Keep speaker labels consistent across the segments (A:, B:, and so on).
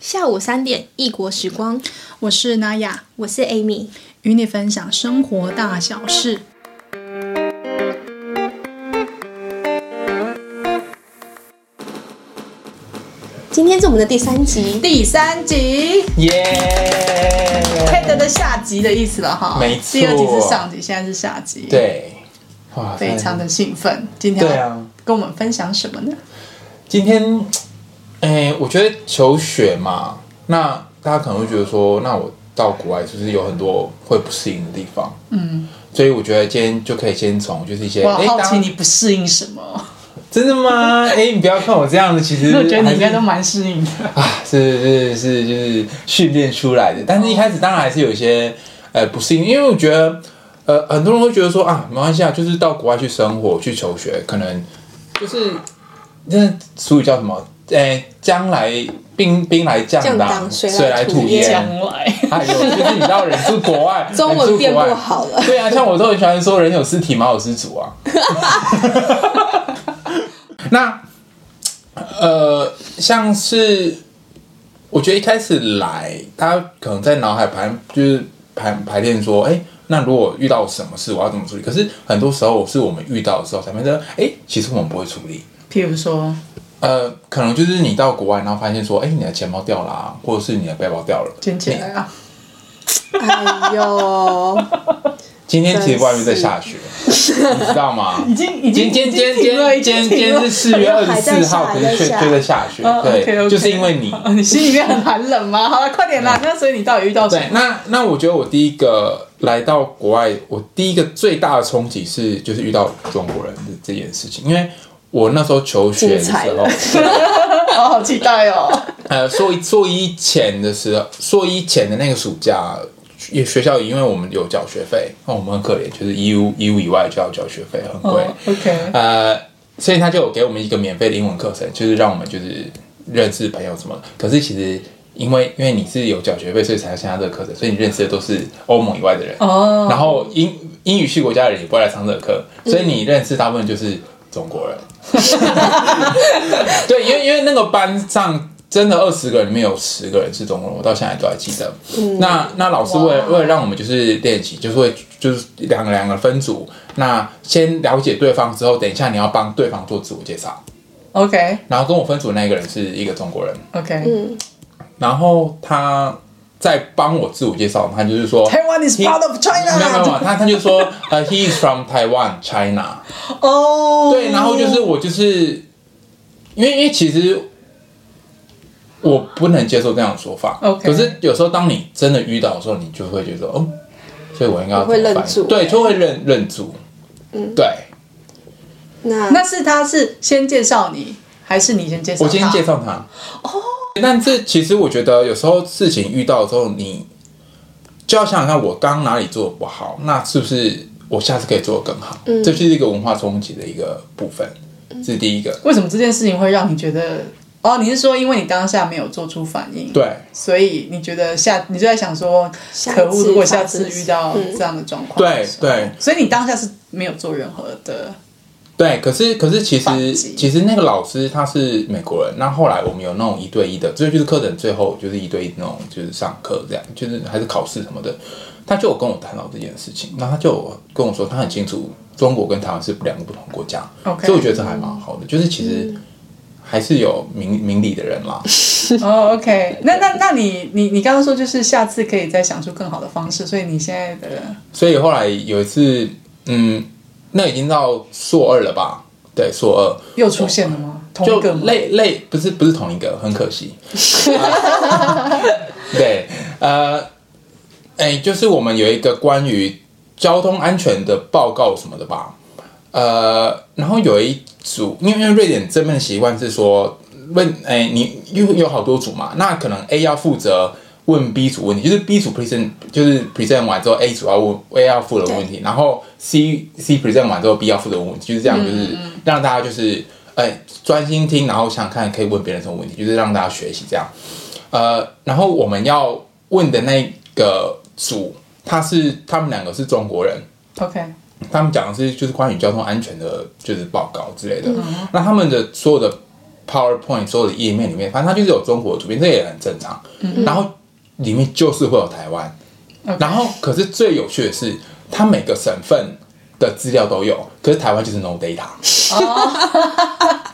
A: 下午三点，异国时光，
B: 我是娜雅，
A: 我是 Amy。
B: 与你分享生活大小事。
A: 今天是我们的第三集，
B: 第三集，
C: 耶！
B: 佩德的下集的意思了哈。
C: 没错
B: 第二集是上集，现在是下集。，
C: 对，哇，
B: 非常的兴奋。今天
C: 对
B: 要
C: 啊。
B: 跟我们分享什么呢？
C: 今天，哎、我觉得求学嘛，那大家可能会觉得说，那我到国外是不是有很多会不适应的地方？
B: 嗯，
C: 所以我觉得今天就可以先从就是一些，
B: 我好
C: 大家
B: 奇你不适应什么？
C: 真的吗？哎、你不要看我这样子，其
B: 因
C: 实
B: 为我觉得你
C: 还
B: 应
C: 是
B: 该都蛮适应的。
C: 啊，是是是，就是训练出来的。但是一开始当然还是有一些呃不适应，因为我觉得呃很多人会觉得说啊，没关系啊，就是到国外去生活去求学，可能就是那俗语叫什么？呃、将来兵兵来将
A: 将
C: 挡，
A: 挡水来
C: 水来
A: 土
C: 土
A: 掩
C: 掩。
B: 将来，
C: 还有就是你知道人住国外，
A: 中
C: 人
A: 文
C: 住
A: 变
C: 国外
A: 不好了。
C: 对啊，像我都很喜欢说“人有失体，马有失足”啊。 那呃，像是我觉得一开始来，大家可能在脑海排就是排排练说，哎、那如果遇到什么事，我要怎么处理？可是很多时候是我们遇到的时候才发现，哎、其实我们不会处理。
B: 譬如说，
C: 呃，可能就是你到国外，然后发现说，哎、你的钱包掉了、啊，或者是你的背包掉了，
B: 捡起来啊，
A: 哎呦，
C: 今天其实外面在下雪，你知道吗？
B: 已经已经
C: 今天今天
B: 已经停了
C: 今天
B: 已经
C: 今
B: 停
C: 天
B: 了
C: 是四月二十
A: 还在
C: 四
A: 下
C: 号，可
A: 还在
C: 是却
A: 下
C: 却在下雪，
B: 哦
C: 对，
B: OK，OK
C: 就是因为你。
B: 哦你心里面很寒冷吗？好了，快点啦！那所以你到底遇到什么？
C: 对，那那我觉得我第一个来到国外，我第一个最大的冲击是就是遇到中国人的这件事情，因为我那时候求学的时
A: 精彩
C: 候
A: 了，
B: 我好期待哦。
C: 呃，硕一硕一前的时候，硕一前的那个暑假，也学校因为我们有缴学费，那我们很可怜，就是义务义务以外就要缴学费，很贵。
B: 哦，OK，
C: 呃，所以他就有给我们一个免费的英文课程，就是让我们就是认识朋友什么的。可是其实因为因为你是有缴学费，所以才要参加这个课程，所以你认识的都是欧盟以外的人。
B: 哦
C: 然后英英语系国家的人也不会来上这个课，所以你认识大部分就是中国人。 对，因为因为那个班上。真的二十个人里面有十个人是中国人，我到现在都还记得。那那老师为了为了让我们就是练习，就是会就是两个两个分组，那先了解对方之后，等一下你要帮对方做自我介绍，
B: ，OK，OK，
C: 然后跟我分组那一个人是一个中国人，
A: 嗯
C: 然后他在帮我自我介绍，他就是说
B: Taiwan is part of
C: 没有没有没有，
B: China。
C: 他他就说呃、h e is from Taiwan, China。
B: 哦，
C: 对，然后就是我就是，因为因为其实我不能接受这样的说法。
B: OK
C: 可是有时候当你真的遇到的时候，你就会觉得哦，所以我应该要
A: 你会
C: 怎么办
A: 愣住
C: 对，就会认认住。嗯，对，
A: 那
B: 那是他是先介绍你，还是你先介绍？
C: 我今天介。绍他。哦，但这其实我觉得有时候事情遇到之后，你就要想想看我刚哪里做的不好，那是不是我下次可以做得更好？嗯，这是一个文化冲击的一个部分，这是第一个。
B: 为什么这件事情会让你觉得？哦，你是说因为你当下没有做出反应，，
C: 对。
B: 所以你觉得下你就在想说，
A: 下一次
B: 可恶，如果下
A: 发
B: 次
A: 生什么
B: 遇到
A: 嗯
B: 这样的状况，
C: 对，对
B: 所以你当下是没有做任何的，
C: 对，可是可是其
B: 反
C: 实
B: 击
C: 其实那个老师他是美国人，那后来我们有那种一对一的，这就是课程最后就是一对一那种就是上课这样，就是还是考试什么的，他就有跟我谈到这件事情，那他就有跟我说他很清楚中国跟台湾是两个不同国家
B: OK 嗯
C: 所以我觉得这还蛮好的，就是其实还是有明明理的人啦，
B: 哦，OK，那那那你你你刚刚说就是下次可以再想出更好的方式，所以你现在的
C: 所以后来有一次，嗯，那已经到硕二了吧？对，硕二，
B: 又出现了吗？同
C: 哦就
B: 一个吗？
C: 类类不是不是同一个，很 可惜。对，呃，哎、就是我们有一个关于交通安全的报告什么的吧，呃，然后有一组，因为因为瑞典这边的习惯是说问，哎、你又有好多组嘛，那可能 A 要负责。问 B 组问题，就是 B 组 present 就是 present 完之后，A 组要问 A 要负责问题，然后 C C present 完之后，B 要负责问问题，就是这样，就是让大家就是哎专心听，然后想想看可以问别人什么问题，就是让大家学习这样。呃，然后我们要问的那个组，他是他们两个是中国人，
B: OK，
C: 他们讲的是就是关于交通安全的，就是报告之类的。那他们的所有的 PowerPoint 所有的页面里面，反正它就是有中国的图片，这也很正常。然后里面就是会有台湾，然后可是最有趣的是，它每个省份的资料都有，可是台湾就是 no data。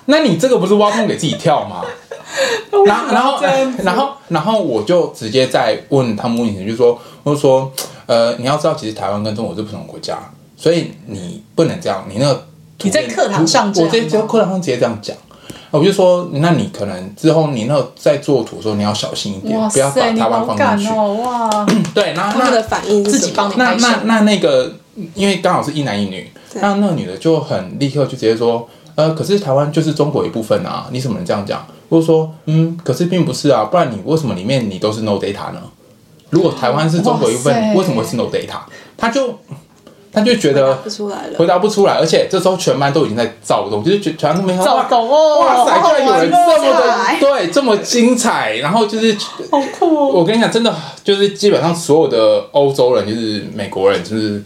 C: 那
B: 哦
C: 你这个不是挖空给自己跳 吗？然后，然后
B: 这样，
C: 然后，然后我就直接在问汤姆影就说，我就说，呃，你要知道，其实台湾跟中国是不同的国家，所以你不能这样，你那个图片
B: 你在课堂上这
C: 我
B: 样
C: 直接在
B: 吗
C: 课堂上直接这样讲。啊我就说，那你可能之后你那个在做图的时候，你要小心一点
B: 哇，
C: 不要把
B: 塞，你
C: 台湾
B: 好
C: 放
B: 敢
C: 进去。嗯
B: 哦，哇，
C: 对，然后
A: 他
C: 那
A: 们的反应是
B: 自
A: 什
B: 己
A: 么
B: 帮你
C: 那
B: 拍手
C: 那，那那个，因为刚好是一男一女，
A: 对
C: 那那个女的就很立刻就直接说，呃，可是台湾就是中国一部分啊，你怎么能这样讲？或者说，嗯，可是并不是啊，不然你为什么里面你都是 no data 呢？如果台湾是中国一部
B: 哇
C: 分，
B: 塞
C: 为什么会是 no data？他就他就觉
A: 答
C: 得
A: 不出来了
C: 回。答不出来，而且这时候全班都已经在躁动，就是全全班都没想到
B: 躁动哦
C: 哇塞，
B: 好好
C: 居然有人
B: 玩哦
C: 这么
A: 好好
C: 的
A: 玩
C: 对这么精彩，然后就是
B: 好酷哦，
C: 我跟你讲，真的就是基本上所有的欧洲人，就是美国人，就是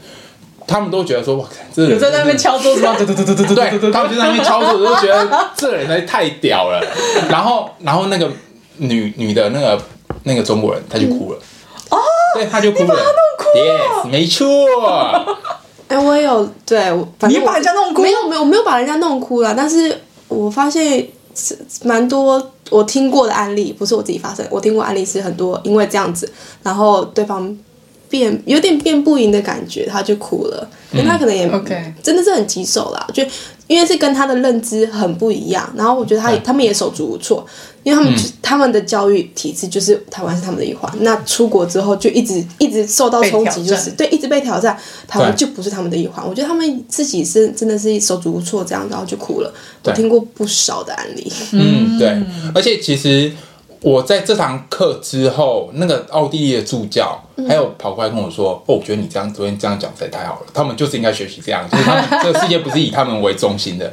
C: 他们都觉得说，哇，这人
B: 有在那边
C: 真的
B: 敲桌子吗？对对对对对对
C: 对，他们就在那边敲鼓，就觉得这人呢太屌了。然后，然后那个女女的那个那个中国人，她就哭了。哦，对，她就哭了。Yes，没错。
A: 哎，我也有对，我反正
B: 你把
A: 我
B: 人家弄哭
A: 没有没有，我没有把人家弄哭了，但是我发现是蛮多我听过的案例，不是我自己发生，我听过案例是很多因为这样子，然后对方变有点变不赢的感觉，他就哭了，因为他可能也、
B: 嗯 OK
A: 真的是很棘手啦，就因为是跟他的认知很不一样，然后我觉得他也、
C: 嗯
A: 他们也手足无措，因为他们、
B: 嗯
A: 他们的教育体制就是台湾是他们的一环，那出国之后就一直一直受到
B: 被
A: 冲
B: 挑
A: 击，就
B: 战
A: 是对一直被挑战，台湾
C: 对
A: 就不是他们的一环。我觉得他们自己是真的是手足无措这样，然后就哭了。我
C: 对
A: 听过不少的案例，
C: 嗯，对。而且其实我在这堂课之后，那个奥地利的助教还有跑过来跟我说：“哦，我觉得你这样昨天这样讲实在太好了，他们就是应该学习这样，就是他们这个世界不是以他们为中心的。”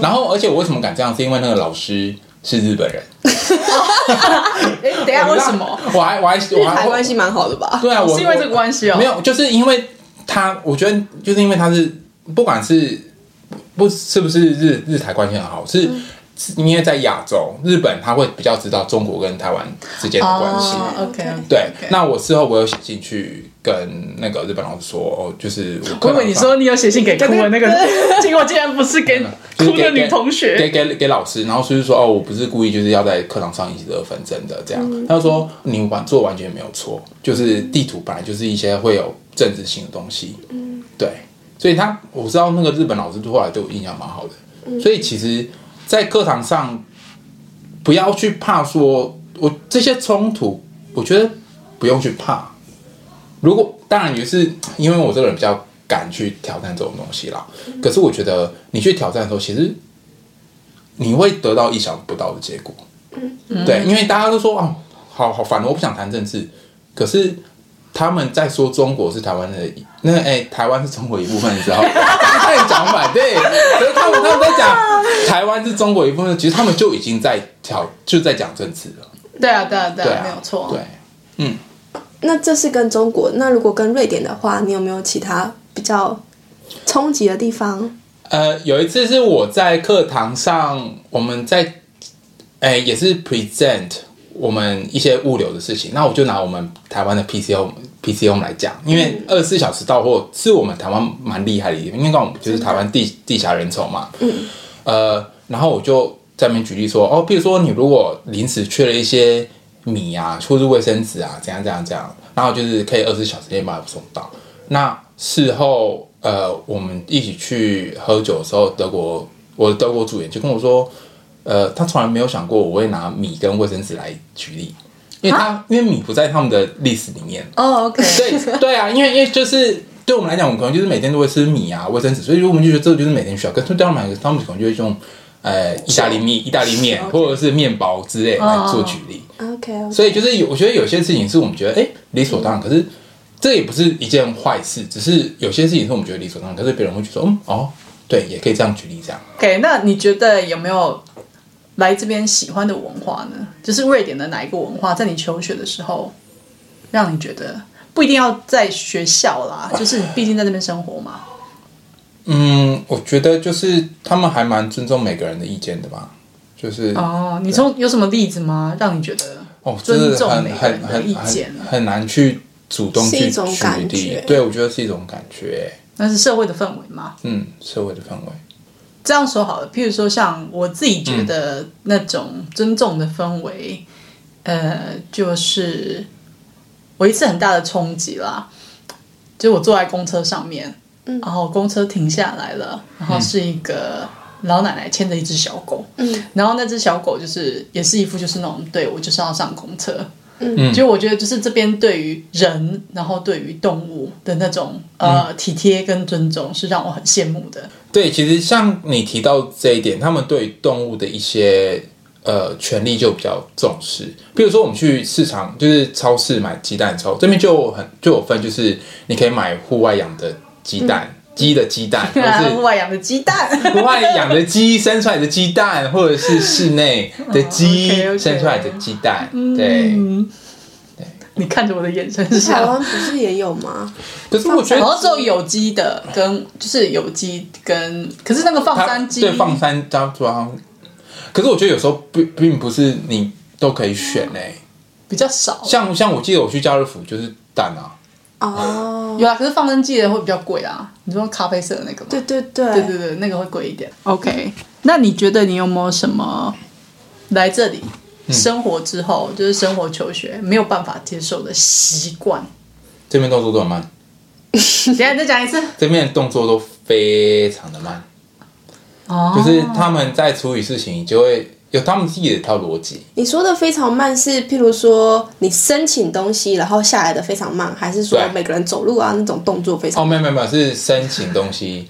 C: 然后，而且我为什么敢这样，是因为那个老师是日本人。
B: 哎，等一下为什么？？
C: 我还我还
A: 日
C: 我还
A: 台关系蛮好的 吧？
C: 对啊，我
B: 是因为这个关系哦
C: 没，有，就是因为他，我觉得就是因为他是不管是不是不是日日台关系很好，是、
B: 嗯
C: 是因为在亚洲，日本他会比较知道中国跟台湾之间的关系。
B: 哦 OK，
C: 对那我事后我有写进去跟那个日本老师说，哦，就是我
B: 我
C: 课
B: 以
C: 堂
B: 为你
C: 上
B: 说你有写信给哭的那个， 结果竟然不是给
C: 就是
B: 哭
C: 给
B: 的女同
C: 给
B: 学。
C: 给给给老师，然后就是说哦，我不是故意，就是要在课堂上引起这个纷争的这样。
B: 嗯
C: 他就说你完做完全没有错，就是地图本来就是一些会有政治性的东西，嗯，对，所以他我知道那个日本老师后来对我印象蛮好
B: 嗯
C: 的，所以其实，在课堂上不要去怕说，我这些冲突，我觉得不用去怕。如果当然也是因为我这个人比较敢去挑战这种东西啦，
B: 嗯
C: 可是我觉得你去挑战的时候，其实你会得到意想不到的结果。
B: 嗯
C: 对，因为大家都说哦，好好烦，我不想谈政治。可是他们在说中国是台湾的一，那哎、台湾是中国一部分的时候， 他们讲反对，可是他们他们在讲 台湾是中国一部分，其实他们就已经在挑，就在讲政治了。
B: 对啊，对啊，对
C: 对、
B: 啊
C: 啊，，
B: 没有错。
C: 对，
A: 那这是跟中国，那如果跟瑞典的话，你有没有其他比较冲击的地方？
C: 呃，有一次是我在课堂上，我们在，哎、也是 present 我们一些物流的事情。那我就拿我们台湾的 PCO PCO 来讲，因为二十四小时到货是我们台湾蛮厉害的一点，因为刚好我们就是台湾地地狭人稠嘛。嗯。呃，然后我就在那边举例说，哦，譬如说你如果临时缺了一些米啊，或是卫生纸啊，怎样怎样怎样，然后就是可以二十四小时内把它送到。那事后，呃，我们一起去喝酒的时候，德国我的德国组员就跟我说，呃，他从来没有想过我会拿米跟卫生纸来举例，因为他因为米不在他们的历史里面，
B: 哦，OK，
C: 对对啊，因为因为就是对我们来讲，我们可能就是每天都会吃米啊、卫生纸，所以我们就觉得这个就是每天需要。可是对他们来讲，他们可能就会用呃意大利面、意大利面或者是面包之类来
B: 哦
C: 做举例。
A: OK，,
C: 所以就是有，我觉得有些事情是我们觉得哎、诶理所
B: 嗯
C: 当然，可是这也不是一件坏事，只是有些事情是我们觉得理所当然，可是别人会觉得嗯哦，对，也可以这样举例这样。
B: OK，那你觉得有没有来这边喜欢的文化呢？就是瑞典的哪一个文化，在你求学的时候，让你觉得不一定要在学校啦，就是你毕竟在这边生活嘛。
C: 嗯，我觉得就是他们还蛮尊重每个人的意见的吧，就是
B: 哦，你从有什么例子吗？让你觉得
C: 哦，真
B: 尊
C: 的
B: 重
C: 很
B: 每个
C: 很
B: 人的
C: 很
B: 意见
C: 很很难去主动
A: 是
C: 去
A: 一种
C: 取
A: 感
C: 缔
A: 觉。
C: 对，我觉得是一种感觉。
B: 那是社会的氛围嘛？
C: 嗯，社会的氛围，
B: 这样说好了，譬如说像我自己觉得那种尊重的氛围，呃，就是我一次很大的冲击啦，就我坐在公车上面，然后公车停下来了，然后是一个老奶奶牵着一只小狗，
A: 嗯，
B: 然后那只小狗就是也是一副就是那种对我就是要上公车，
C: 嗯
B: 就我觉得就是这边对于人，然后对于动物的那种呃、体贴跟尊重是让我很羡慕的，
C: 对，其实像你提到这一点，他们对动物的一些呃权利就比较重视。比如说，我们去市场，就是超市买鸡蛋的时候，这边就很就有分，就是你可以买户外养的鸡蛋，鸡的鸡蛋，或
B: 对嗯 啊，户
C: 者
B: 外养的鸡蛋。
C: 是户外养的鸡生出来的鸡蛋，或者是室内的鸡
B: OK，OK
C: 生出来的鸡蛋。
B: 嗯
C: 对，
B: 你看着我的眼神是这
A: 台
B: 样。
A: 湾不是也有吗？
C: 可是我觉
B: 然
C: 得
B: 后只有有机的跟就是有机跟，可是那个放
C: 它
B: 山鸡，
C: 对放山它主要，可是我觉得有时候并并不是你都可以选欸诶、
B: 比较少。
C: 哦像像我记得我去家乐福就是蛋啊，
A: 哦，
B: 有啦，啊可是放山鸡的会比较贵啊。你说咖啡色的那个吗？
A: 对对对，
B: 对对对，那个会贵一点。OK，那你觉得你有没有什么来这里
C: 嗯
B: 生活之后，就是生活求学没有办法接受的习 惯？
C: 这边动作都很慢，
B: 等一下你再讲一次。
C: 这边的动作都非常的慢，
B: 哦
C: 就是他们在处理事情就会有他们自己的一套逻辑。
A: 你说的非常慢是，譬如说你申请东西，然后下来的非常慢，还是说
C: 对
A: 每个人走路啊那种动作非常
C: 哦，没有没有没有，是申请东 西，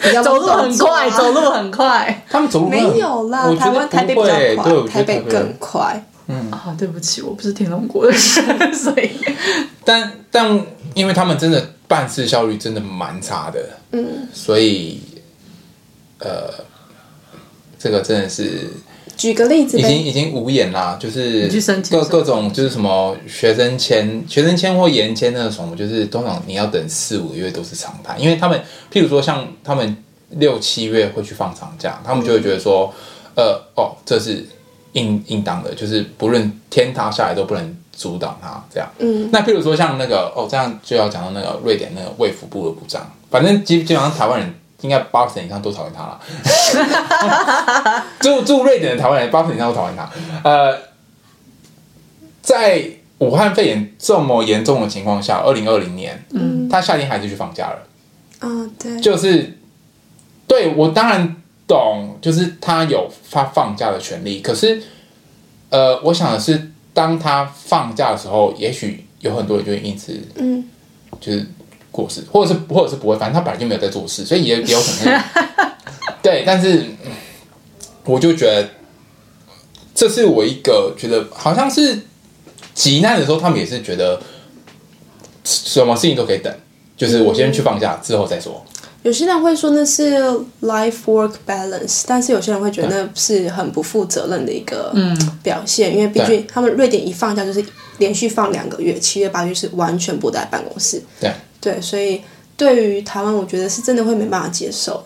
A: 比较
B: 走路很快，走
A: 路
B: 路很快。
C: 他们走路
A: 没
C: 很
A: 有啦
C: 我，觉
A: 台
C: 得
A: 湾台北
C: 不
A: 比
C: 会
A: 较
C: 对，
A: 快，
C: 我觉
A: 台
C: 得
A: 北
C: 会
A: 更快。
C: 嗯
B: 啊，对不起，我不是天龙国的人， 所以
C: 但但因为他们真的办事效率真的蛮差的，嗯，所以呃，这个真的是
A: 举个例子
C: 已经
A: 呗，
C: 已经无眼啦，就是
B: 你去申请
C: 各
B: 什么
C: 各种就是什么学生签、学生签或延签那个什么，就是通常你要等四五个月都是常态，因为他们譬如说像他们六七月会去放长假，他们就会觉得说，呃，哦，这是应应当的，就是不论天塌下来都不能阻挡它这样。嗯，那譬如说像那个哦，这样就要讲到那个瑞典那个卫福部的部长，反正基基本上台湾人。应该八成以上都讨厌他了， 住住瑞典的台湾人八成以上都讨厌他。呃，在武汉肺炎这么严重的情况下，二零二零年，
A: 嗯
C: 他夏天还是去放假了。
A: 嗯，对，
C: 就是对我当然懂，就是他有他放假的权利。可是，呃，我想的是，当他放假的时候，也许有很多人就会因此
A: 嗯，
C: 就是过世，或者是或者是不会，反正他本来就没有在做事，所以也也有可能。 对，但是嗯我就觉得这是我一个觉得好像是急难的时候，他们也是觉得什么事情都可以等，就是我先去放假，之后再说。
A: 有些人会说那是 life work balance，但是有些人会觉得那是很不负责任的一个表现，因为毕
C: 嗯对
A: 竟他们瑞典一放假就是连续放两个月，七月八月是完全不在办公室，
C: 对，
A: 对，所以对于台湾，我觉得是真的会没办法接受。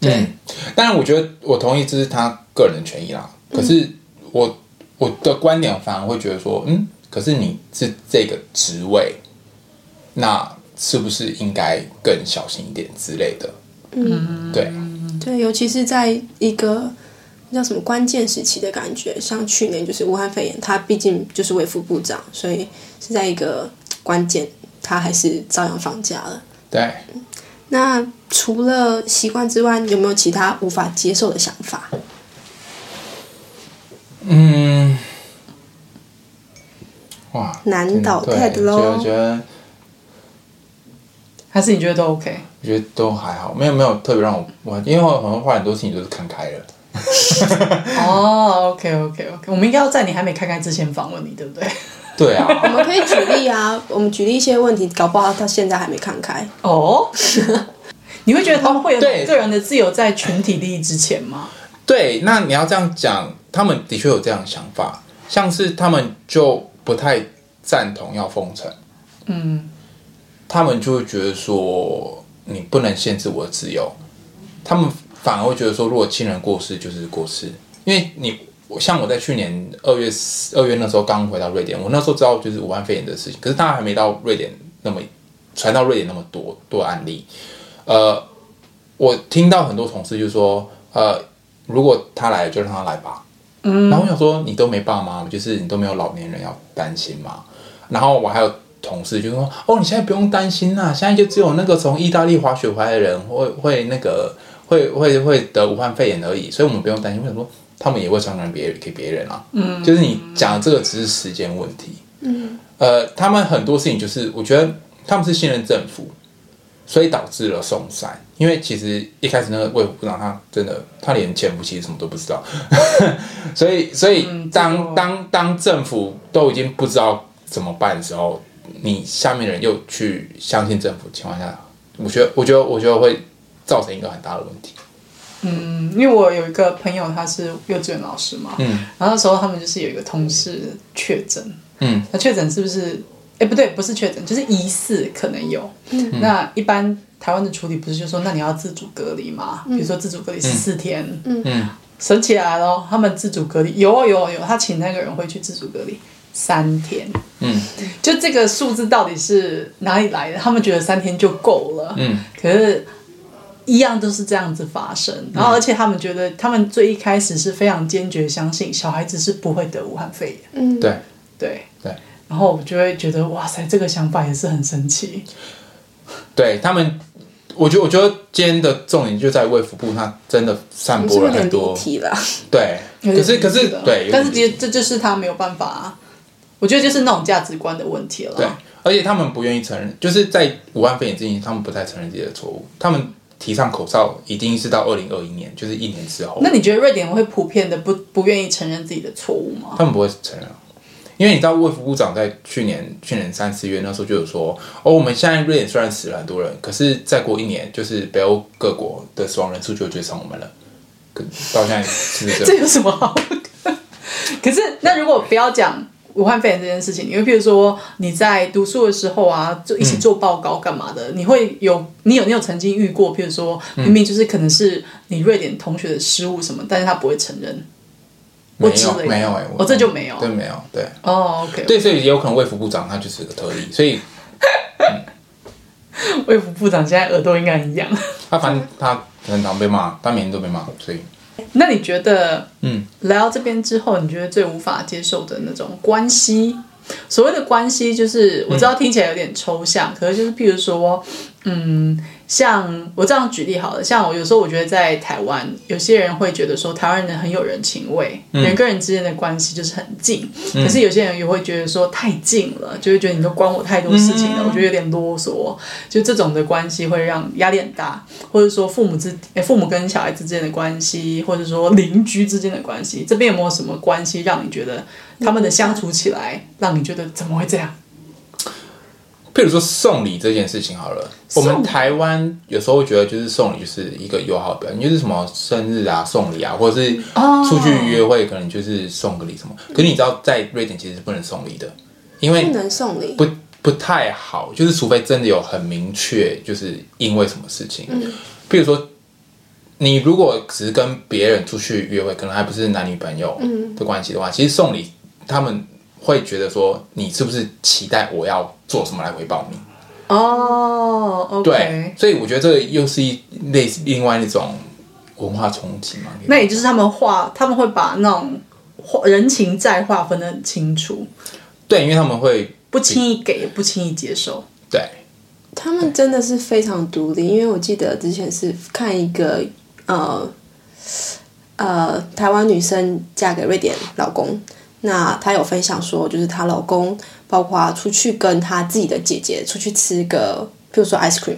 A: 对，
C: 嗯，当然，我觉得我同意这是他个人的权益啦。可是我我的观点反而会觉得说，嗯，可是你是这个职位，那是不是应该更小心一点之类的？嗯，对，
A: 对，尤其是在一个叫什么关键时期的感觉，像去年就是武汉肺炎，他毕竟就是卫副部长，所以是在一个关键，他还是照样放假了。
C: 对，
A: 那除了习惯之外，有没有其他无法接受的想法？
C: 嗯，哇，
A: 难
C: 真的
A: 倒
C: 对
A: Ted 咯
C: 我觉得
B: 还是你觉得都 OK？
C: 我觉得都还好，没有没有特别让我我，因为我好像话很多事情都是看开了。
B: 哦，OK OK OK，我们应该要在你还没开开之前访问你，对不对？
C: 对啊，
A: 我们可以举例啊，我们举例一些问题，搞不好到现在还没看开。
B: 哦，你会觉得他们会有
C: 对
B: 个人的自由在群体利益之前吗？
C: 对，那你要这样讲，他们的确有这样的想法，像是他们就不太赞同要封城，
B: 嗯，
C: 他们就会觉得说你不能限制我的自由，他们反而会觉得说，如果亲人过世就是过世，因为你我像我在去年二月二月那时候刚回到瑞典，我那时候知道就是武汉肺炎的事情，可是大家还没到瑞典那么传到瑞典那么多多案例。呃，我听到很多同事就说，呃，如果他来就让他来吧。嗯，然后我想说，你都没爸妈，就是你都没有老年人要担心嘛。然后我还有同事就说，哦，你现在不用担心啦、现在就只有那个从意大利滑雪回来的人会会那个会会会得武汉肺炎而已，所以我们不用担心。我想说，他们也会传染别人给别人啊。嗯，就是你讲的这个只是时间问题。嗯，呃，他们很多事情就是，我觉得他们是信任政府，所以导致了松散。因为其实一开始那个卫福部长他真的他连潜伏期什么都不知道， 所以所以当、
B: 这个
C: 当当政府都已经不知道怎么办的时候，你下面的人又去相信政府情况下，我觉得我觉得我觉得会造成一个很大的问题。
B: 嗯，因为我有一个朋友，他是幼稚园老师嘛，
C: 嗯，
B: 然后那时候他们就是有一个同事确诊，
C: 嗯，
B: 那确诊是不是？哎，不对，不是确诊，就是疑似可能有。嗯，那一般台湾的处理不是就说，那你要自主隔离嘛？比如说自主隔离十四天，嗯
C: 嗯，
B: 神奇来了，他们自主隔离有哦有哦有，他请那个人回去自主隔离三天，
C: 嗯，
B: 就这个数字到底是哪里来的？他们觉得三天就够了，
C: 嗯，
B: 可是一样都是这样子发生。
C: 嗯
B: 然后，而且他们觉得，他们最一开始是非常坚决相信小孩子是不会得武汉肺炎，
A: 嗯，
C: 对
B: 对。
C: 对
B: 然后我就会觉得，哇塞，这个想法也是很神奇。
C: 对，他们，我觉得我觉得今天的重点就在卫福部，他真的散
A: 你是
C: 播
A: 不是有
C: 了
A: 点
C: 很多
A: 离题 了？
C: 对，
B: 有
C: 可
B: 点
C: 是可是
B: 离奇的
C: 对，
B: 但是
C: 有
B: 其实这就是他没有办法、我觉得就是那种价值观的问题了。
C: 对，而且他们不愿意承认，就是在武汉肺炎之前，他们不太承认自己的错误，他们提倡口罩一定是到二零二一年，就是一年之后
B: 那，你觉得瑞典会普遍的不不愿意承认自己的错误吗？
C: 他们不会承认。因为你知道，卫福部长在去年去年三四月那时候就有说，哦，我们现在瑞典虽然死了很多人，可是再过一年，就是北欧各国的死亡人数就追上我们了。可到现在是不是这样
B: 这有什么好？可是，那如果不要讲武汉肺炎这件事情，因为比如说你在读书的时候啊，就一起做报告干嘛的，你会有你有你有曾经遇过，譬如说明明就是可能是你瑞典同学的失误什么，但是他不会承认。
C: 没
B: 我之
C: 有
B: 类的
C: 没有哎、
B: 哦这就没有
C: 对没有对
B: 哦，OK，
C: 对，所以也有可能卫福部长他就是个特例，所以
B: 卫福部长现在耳朵应该很痒。
C: 他反正他很常被骂，他每天都被骂，所以
B: 那你觉得
C: 嗯，
B: 来到这边之后，你觉得最无法接受的那种关系？所谓的关系，就是我知道听起来有点抽象，可是就是譬如说，嗯，像我这样举例好了，像我有时候我觉得在台湾，有些人会觉得说台湾人很有人情味，人跟人之间的关系就是很近，可是有些人也会觉得说太近了，就会觉得你都管我太多事情了，我觉得有点啰嗦，就这种的关系会让压力很大，或者说父母之、诶父母跟小孩之间的关系，或者说邻居之间的关系，这边有没有什么关系让你觉得他们的相处起来，让你觉得怎么会这样？
C: 譬如说送礼这件事情好了，我
B: 礼
C: 们台湾有时候会觉得就是送礼就是一个友好表现，就是什么生日啊送礼啊，或者是出去约会可能就是送个礼什么。可是你知道在瑞典其实是不能送礼的，因为
A: 不能送礼，
C: 不不太好，就是除非真的有很明确，就是因为什么事情，
B: 嗯
C: 譬如说。你如果只是跟别人出去约会，可能还不是男女朋友
B: 嗯
C: 的关系的话，其实送礼他们会觉得说你是不是期待我要做什么来回报你？
B: 哦，OK、o
C: 对
B: k
C: 所以我觉得这又是一类似另外一种文化冲击嘛。
B: 那也就是他们划，他们会把那种划人情债划分得很清楚，
C: 对，因为他们会
B: 不轻易给，不轻易接受。
C: 对，
A: 他们真的是非常独立，因为我记得之前是看一个呃呃台湾女生嫁给瑞典老公，那她有分享说，就是她老公包括出去跟她自己的姐姐出去吃个，譬如说 ice cream，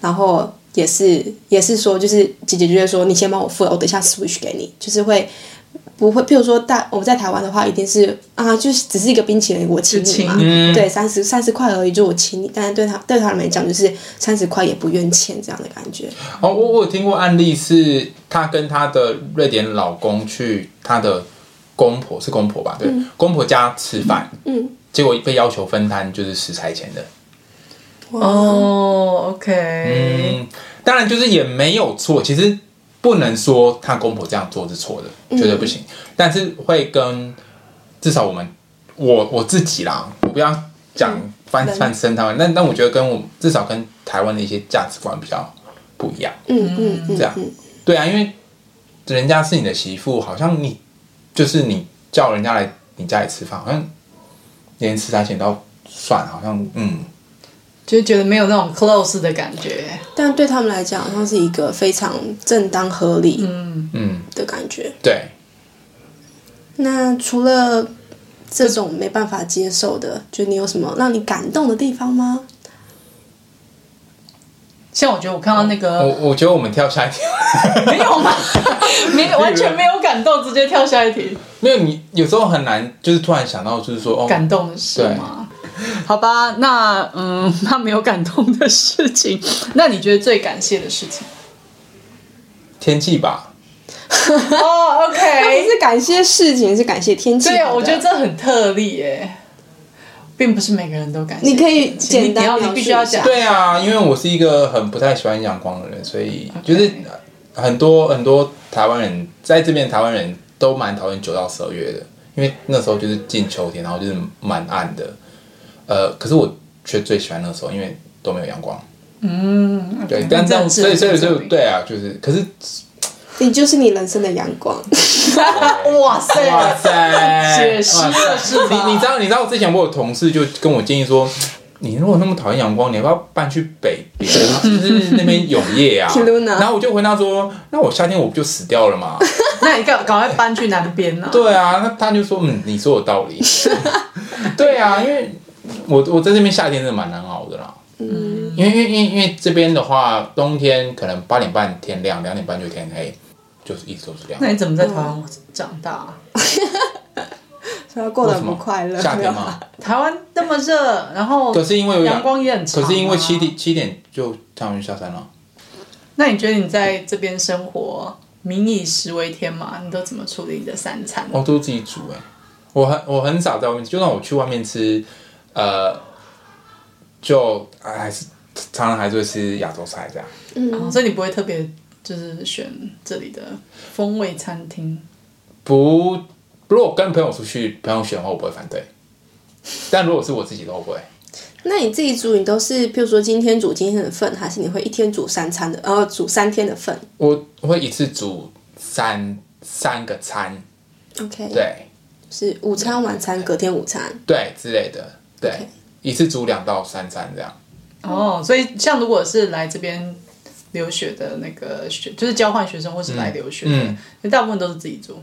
A: 然后也是也是说，就是姐姐就会说你先帮我付了，我等一下 switch 给你，就是会。不会，譬如说大我们在台湾的话，一定是啊，就是只是一个冰淇淋，我请你嗯嘛
B: 就，请
A: 对，三十三十块而已，就我请你。但是对他对他们来讲，就是三十块也不愿欠这样的感觉。
C: 哦，我我有听过案例是她跟她的瑞典老公去她的公婆是公婆吧？对，公婆家吃饭，
A: 嗯，
C: 结果被要求分摊就是食材钱的。
A: 哇，
B: 哦，OK、
C: 嗯嗯，当然就是也没有错，其实不能说他公婆这样做是错的，绝对不行。但是会跟至少我们我我自己啦，我不要讲翻
A: 人
C: 翻身他们，但但我觉得跟我至少跟台湾的一些价值观比较不一样。
A: 嗯嗯嗯，
C: 这样对啊，因为人家是你的媳妇，好像你就是你叫人家来你家里吃饭，好像连吃啥钱都要算，好像嗯，
B: 就觉得没有那种 close 的感觉。
A: 但对他们来讲，好像是一个非常正当合理
C: 嗯，
A: 的感觉。
C: 对，
A: 那除了这种没办法接受的，就你有什么让你感动的地方吗？
B: 像我觉得我看到那
C: 我
B: 个
C: 我觉得我们跳下一题，
B: 没有吗？没有，完全没有感动，直接跳下一题。
C: 没有你有时候很难，就是突然想到，就是说哦，
B: 感动的事吗？好吧，那嗯，那没有感动的事情， 那你觉得最感谢的事情？
C: 天气吧，
B: 哦，OK、
A: 那
B: o
A: 不
B: k
A: 是感谢事情，是感谢天气好
B: 对
A: 的。
B: 啊，我觉得这很特例耶，并不是每个人都感谢
A: 你可以
B: 天气
A: 简单
B: 你要
A: 描
B: 你
A: 述
B: 必须要
A: 一下
B: 讲，
C: 对啊，因为我是一个很不太喜欢阳光的人，所以就是很多很多台湾人在这边，台湾人都蛮讨厌九到十二月的，因为那时候就是进秋天，然后就是蛮暗的。呃，可是我却最喜欢那时候，因为都没有阳光。嗯，对，但
B: 这
C: 这
B: 样
C: 样，
B: 子
C: 所以所以
B: 很
C: 所
B: 正
C: 以对啊，就是，可是
A: 你就是你人生的阳光。
B: 哇塞，
C: 哇塞，
B: 解释
C: 哇塞
B: 了是吧
C: 你你知道你知道之前我有同事就跟我建议说，你如果那么讨厌阳光，你要不要搬去北边啊，
B: 嗯
C: 就是那边永 夜啊
A: Kiruna？
C: 然后我就回答说，那我夏天我不就死掉 了吗？
B: 那你赶赶快搬去南边呢、
C: 对啊，那他就说，嗯，你说有 道理。对啊，因为我我在这边夏天真的蛮难熬的啦。嗯，因为因为因为因为这边的话，冬天可能八点半天亮，两点半就天黑，就是一直都是这样
B: 那。你怎么在台
A: 嗯
B: 湾长大、
A: 所以过得
C: 为
A: 很
C: 什
A: 不
C: 么
A: 快乐。
C: 夏
A: 没有
C: 天
A: 啊
C: 吗？
B: 台湾那么热，然后
C: 可是因为有
B: 阳光也很长、啊
C: 可是因为七，点七点就他们就下山了，
B: 那你觉得你在这边生活，民以食为天嘛？你都怎么处理你的三餐？
C: 我都自己煮哎、我很我很少在外面，就算我去外面吃，呃，就哎还是常常还是会吃亚洲菜这样。
B: 哦所以你不会特别就是选这里的风味餐厅，
C: 不，如果跟朋友出去，朋友选的话，我不会反对。但如果是我自己的话，我不会。
A: 那你自己煮，你都是譬如说今天煮今天的份，还是你会一天煮三餐的，然后煮三天的份
C: 我会一次煮三三个餐，
A: ？OK，，
C: 对
A: 是午餐、晚餐、隔天午餐。
C: 对之类的，对
A: OK
C: 一次煮两到三餐这样。
B: 哦，所以像如果是来这边留学的那个学，就是交换学生或是来留学的，
C: 嗯
B: 就大部分都是自己煮。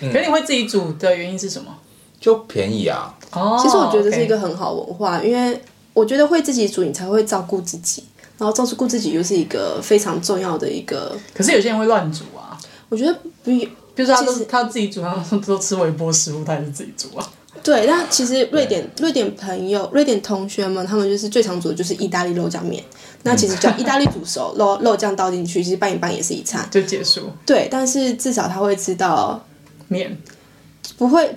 B: 可是你会自己煮的原因是什么？
C: 就便宜啊，
B: 哦，
A: 其实我觉得这是一个
B: OK
A: 很好文化，因为我觉得会自己煮，你才会照顾自己，然后照顾自己又是一个非常重要的一个，
B: 可是有些人会乱煮啊。
A: 我觉得不
B: 比如说他
A: 其
B: 都
A: 实
B: 他自己煮，然后都吃微波食物，他也是自己煮啊。
A: 对。但其实瑞典瑞典朋友、瑞典同学们，他们就是最常煮的就是意大利肉酱面。那其实叫意大利煮熟，肉肉酱倒进去，其实拌一拌也是一餐。
B: 就结束
A: 对，但是至少他会知道
B: 面。
A: 不会，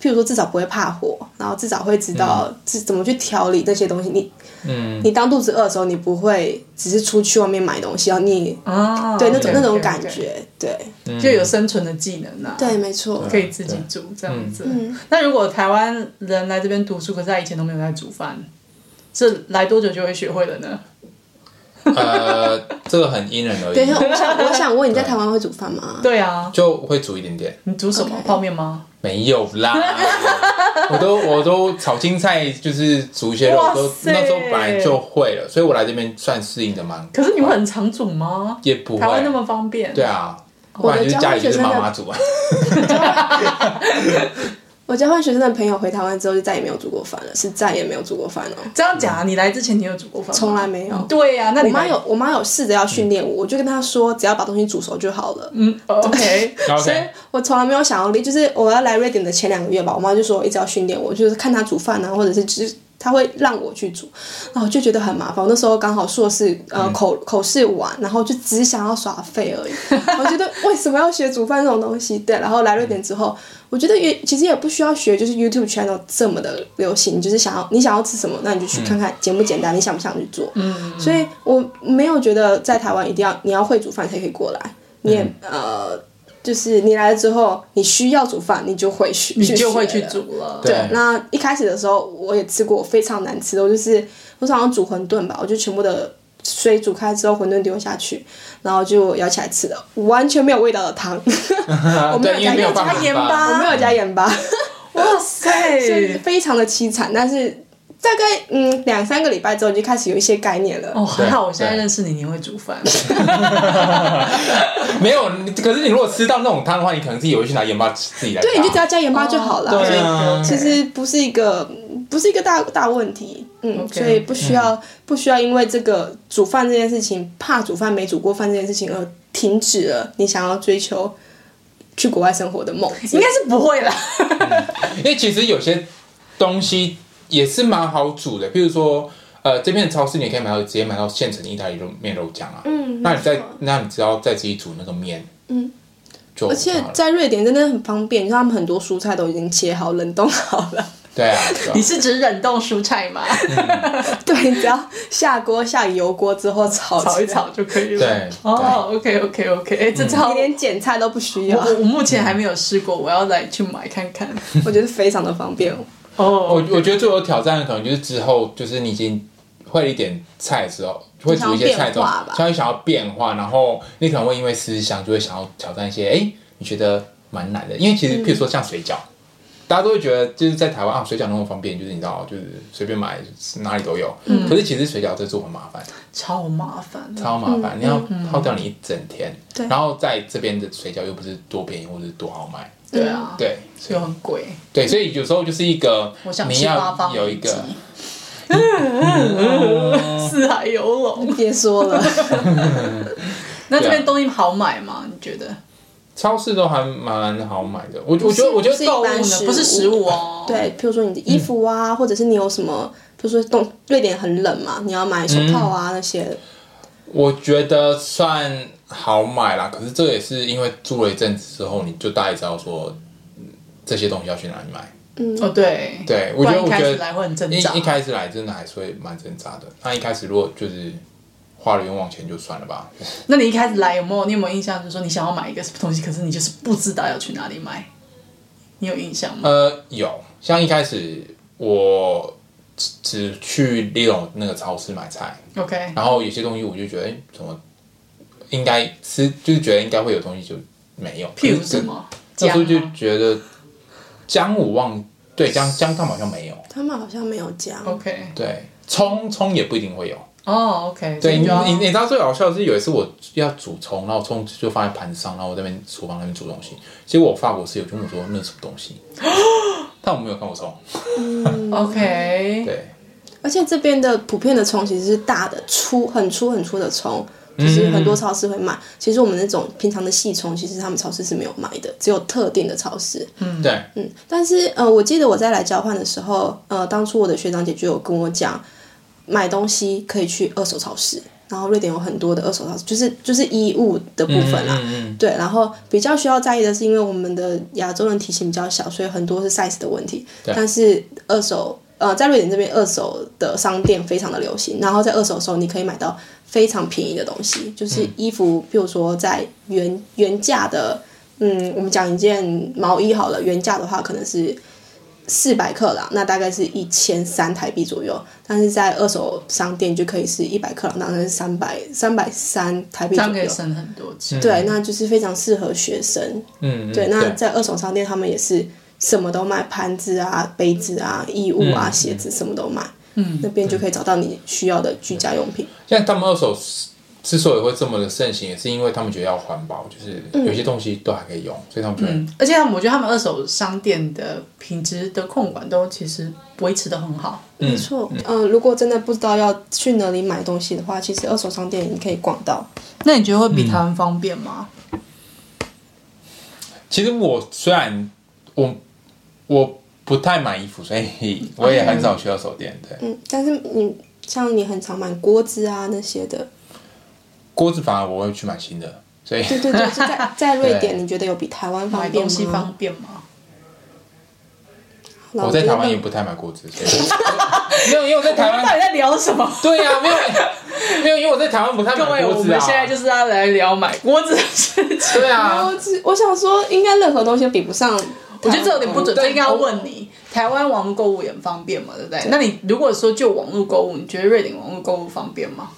A: 譬如说至少不会怕火，然后至少会知道是怎么去调理这些东西。你，嗯，你当肚子饿的时候，你不会只是出去外面买东西，然后你
B: 啊，
A: 哦对那种
B: OK，OK，OK
A: 那种感觉，对
C: 嗯
B: 就有生存的技能啊，
A: 对，，没错，
B: 可以自己煮这样
C: 嗯
B: 子。
A: 嗯
B: 那如果台湾人来这边读书，可是他以前都没有在煮饭，这来多久就会学会了呢？
C: 呃，这个很因人而
A: 等一下，
C: 异。
A: 我 想我想问你在台湾会煮饭
C: 嗯
A: 吗？
B: 对啊，
C: 就会煮一点点，
B: 你煮什么
A: OK
B: 泡面吗？
C: 没有 啦，我都我都炒青菜，就是煮一些肉，
B: 哇
C: 我都
B: 塞
C: 那时候本来就会了，所以我来这边算适应的蛮。
B: 可是你会很常煮吗？
C: 也不会
B: 台湾那么方便，
C: 对，啊，不
A: 我的
C: 然就是
A: 交
C: 家
A: 换
C: 里就
A: 学
C: 是
A: 生
C: 妈
A: 的
C: 妈煮啊。
A: 我交换学生的朋友回台湾之后就再也没有煮过饭了，是再也没有煮过饭了，
B: 这样讲啊，你来之前你有煮过饭吗？
A: 从来没有。
B: 对呀、啊，那
A: 我
B: 你
A: 妈
B: 来
A: 有，我妈有试着要训练我，我就跟她说，只要把东西煮熟就好了。
B: 嗯，OK，
A: 所以
C: OK，啊
A: 我从来没有想要离，就是我要来瑞典的前两个月吧，我妈就说一直要训练我，就是看她煮饭啊，或者是就是她会让我去煮，然后我就觉得很麻烦。我那时候刚好硕士呃口口试完，然后就只想要耍废而已。我觉得为什么要学煮饭这种东西？对，然后来瑞典之后，我觉得也其实也不需要学，就是 YouTube channel 这么的流行，就是想要你想要吃什么，那你就去看看简不简单，你
C: 嗯
A: 想不想去做。嗯，所以我没有觉得在台湾一定要你要会煮饭才可以过来。你也、呃，就是你来了之后，你需要煮饭，你就会去，
B: 你就会
A: 学
B: 去
A: 了
B: 煮了。
C: 对
A: 那一开始的时候，我也吃过非常难吃的，我就是我好像煮馄饨吧，我就全部的水煮开之后，馄饨丢下去，然后就舀起来吃的，完全没有味道的汤， 我没有
C: 对，因为
A: 加
C: 没有办
A: 加
C: 法
B: 盐巴
A: 我没有加盐巴，
B: 哇塞
A: 所以非常的凄惨。但是大概嗯两三个礼拜之后，你就开始有一些概念了。
B: 哦，还好
C: 对
B: 我现在
C: 对
B: 认识你，你会煮饭。
C: 没有，你可是你如果吃到那种汤的话，你可能自己会去拿盐巴自己来。
A: 对，你就只要加盐巴就好了。
B: 哦
C: 对啊
A: 其实不是一个不是一个大大问题，嗯
B: OK
A: 所以不需要、不需要因为这个煮饭这件事情，怕煮饭没煮过饭这件事情而停止了你想要追求去国外生活的梦。
B: 应该是不会啦。
C: 因为其实有些东西也是蛮好煮的，譬如说，呃，这边的超市你也可以买到直接买到现成的意大利肉面肉酱啊。
A: 嗯
C: 那你
A: 没
C: 再
A: 错
C: 那你只要再自己煮那个面，
A: 嗯，
C: 就
A: 而且
C: 好了
A: 在瑞典真的很方便，你看他们很多蔬菜都已经切好冷冻好 了，
C: 对啊，对啊
B: 你是指冷冻蔬菜吗？
C: 嗯
A: 对，你只要下锅下油锅之后炒
B: 炒一
A: 起来
B: 炒，就可以了。
C: 对嗯
B: 哦，OK OK OK，哎，这
A: 你
B: 招
A: 连剪菜都不需
B: 我
A: 要，
B: 我我目前还没有试过，我要来去买看看。
A: 我觉得非常的方便。
C: 我
B: 哦，
C: 我觉得最有挑战的可能就是之后，就是你已经会了一点菜之后，会煮一些菜之后
A: 想要变化吧，
C: 稍微想要变化，然后你可能会因为思想就会想要挑战一些，哎，你觉得蛮难的，因为其实譬如说像水饺。大家都会觉得就是在台湾啊，水饺那么方便，就是你知道，就是随便买哪里都有。可是其实水饺这做很麻烦，
B: 超麻烦的。
C: 超麻烦，你要耗掉你一整天。
A: 对
C: 然后在这边的水饺又不是多便宜或者是多好买，
B: 对啊，，
C: 对，
B: 所以很贵。
C: 对，所以有时候就是一个
B: 我想
C: 你
B: 吃八
C: 要
B: 方
C: 有一
B: 云
C: 个嗯
B: 集。嗯四海游 龙，
A: 别说了，
B: 那这边东西好买吗？你觉得？
C: 超市都还蛮好买的，我我
A: 是
C: 觉得我觉
A: 不是
C: 得
B: 购物
A: 一般
B: 呢
A: 食？物
B: 哦不是食物哦。，
A: 对，譬如说你的衣服啊，或者是你有什么，比如说冬瑞典很冷嘛，你要买手套啊、那些。
C: 我觉得算好买啦，可是这也是因为住了一阵子之后，你就大概知道说嗯这些东西要去哪里买。
B: 哦对，
C: 对，
B: 不
C: 我觉
B: 然
C: 得我
B: 一
C: 觉
B: 开始
C: 得
B: 来会很啊挣
C: 一
B: 扎。
C: 一开始来真的还是会蛮挣扎的。那一开始如果就是花了冤枉钱就算了吧，
B: 那你一开始来有没有？你有没有印象？就是说你想要买一个什么东西，可是你就是不知道要去哪里买，你有印象吗？
C: 呃，有，像一开始我只只去 Leo 那个超市买菜，
B: OK，
C: 然后有些东西我就觉得，哎、怎么应该吃，就是觉得应该会有东西就没有。
B: 譬如什？么？
C: 哎那时候就
B: 姜吗
C: 觉得姜我忘，对姜姜他们好像没有，
A: 他们好像没有加，
B: OK，
C: 对葱葱也不一定会有。
B: 哦，OK，所以
C: 对你
B: 你就要
C: 你你知道最搞笑的是有一次我要煮葱，然后葱就放在盘子上，然后我在那边厨房那边煮东西，结果我法国室友就问我说那是什么东 西，但我没有看过葱，
B: OK，
C: 对。
A: 而且这边的普遍的葱其实是大的、粗、很粗、很粗的葱，就是很多超市会卖。其实我们那种平常的细葱，其实他们超市是没有卖的，只有特定的超市。
C: 对，
A: 嗯，但是呃，我记得我在来交换的时候，呃，当初我的学长姐就有跟我讲，买东西可以去二手超市，然后瑞典有很多的二手超市，就是就是衣物的部分啦。
C: 嗯嗯
A: 对，然后比较需要在意的是，因为我们的亚洲人体型比较小，所以很多是 size 的问题。
C: 对
A: 但是二手呃，在瑞典这边二手的商店非常的流行，然后在二手的时候你可以买到非常便宜的东西，就是
B: 嗯
A: 衣服，比如说在原原价的，嗯，我们讲一件毛衣好了，原价的话可能是。四百克朗，那大概是一千三台币左右，但是在二手商店就可以是一百克朗，那大概是三百三百三台币
B: 这
A: 左
B: 样可以
A: 右。
B: 省很多钱。
A: 对，那就是非常适合学生。
C: 嗯，嗯
A: 嗯对，那在二手商店，他们也是什么都卖，盘子啊、杯子啊、衣物啊、鞋子什么都卖。嗯，那边就可以找到你需要的居家用品。
B: 嗯
C: 现在他们二手之所以会这么的盛行，也是因为他们觉得要环保，就是
A: 嗯
C: 有些东西都还可以用，所以他们觉得、
B: 嗯，而且他们我觉得他们二手商店的品质的控管都其实维持的很好。
A: 没错，嗯、如果真的不知道要去哪里买东西的话，其实二手商店你可以逛到。
B: 那你觉得会比台湾方便吗？
C: 其实我虽然我我不太买衣服，所以我也很少去二手店。对，
A: 嗯，但是你像你很常买锅子啊那些的，
C: 锅子反而我会去买新的，所以
A: 对 对对，就在在瑞典，
C: 对
A: 你觉得有比台湾
B: 买
A: 方便
B: 东西
A: 吗？
B: 方便吗？
A: 老
C: 我在
A: 爹
C: 台湾也
A: 们
C: 不太买果汁，所以 没有，因为我在台
B: 我们到
C: 湾，
B: 底在聊什么？
C: 对呀、没有没有，因为我在台湾不太
B: 各
C: 买
B: 位，
C: 果
B: 我
C: 汁
B: 们
C: 啊，
B: 现在就是要来聊买锅子的事情。
C: 对啊
A: 我，只 我想说，应该任何东西都比不上。嗯
B: 我觉得这有点不准，
C: 但
B: 这应该要问你。台湾网络购物也很方便嘛，对不对？那你如果说就网络购物，你觉得瑞典网络购物方便吗？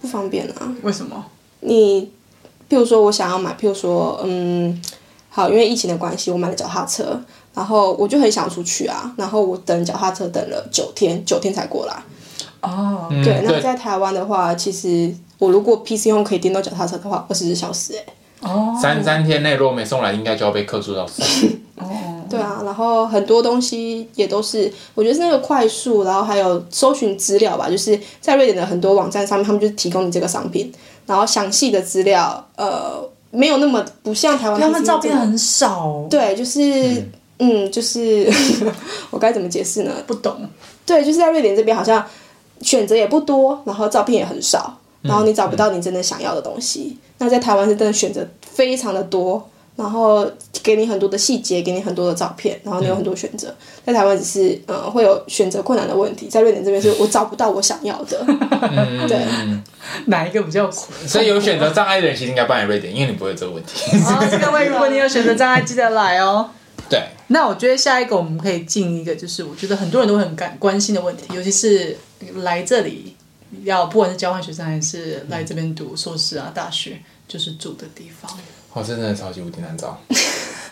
A: 不方便啊。
B: 为什么？
A: 你，譬如说我想要买，譬如说，嗯，好，因为疫情的关系，我买了脚踏车，然后我就很想出去啊，然后我等脚踏车等了九天，九天才过来。
B: 哦，
C: 嗯
A: 对，那在台湾的话，其实我如果 PC 用可以订到脚踏车的话，二十四小时哎、
B: 哦，
C: 三三天内如果没送来，应该就要被克数到死。
B: 哦，
A: 对啊，然后很多东西也都是，我觉得是那个快速，然后还有搜寻资料吧，就是在瑞典的很多网站上面，他们就是提供你这个商品，然后详细的资料，呃，没有那么不像台湾
B: 他们
A: PC
B: 照片
A: 这么
B: 很少、哦，
A: 对，就是嗯就是 我该怎么解释呢？
B: 不懂。
A: 对，就是在瑞典这边好像选择也不多，然后照片也很少，然后你找不到你真的想要的东西。那在台湾是真的选择非常的多，然后给你很多的细节，给你很多的照片，然后你有很多选择。在台湾只是呃会有选择困难的问题，在瑞典这边是我找不到我想要的， 对。
B: 哪一个比较苦？
C: 所以有选择障碍的人其实应该搬来瑞典，因为你不会有这个问题。
B: 好，各位，如果你有选择障碍，记得来哦。
C: 对，
B: 那我觉得下一个我们可以进一个，就是我觉得很多人都很感关心的问题，尤其是来这里要不管是交换学生还是来这边读硕士啊、大学，就是住的地方。
C: 我是真的超级无敌难找。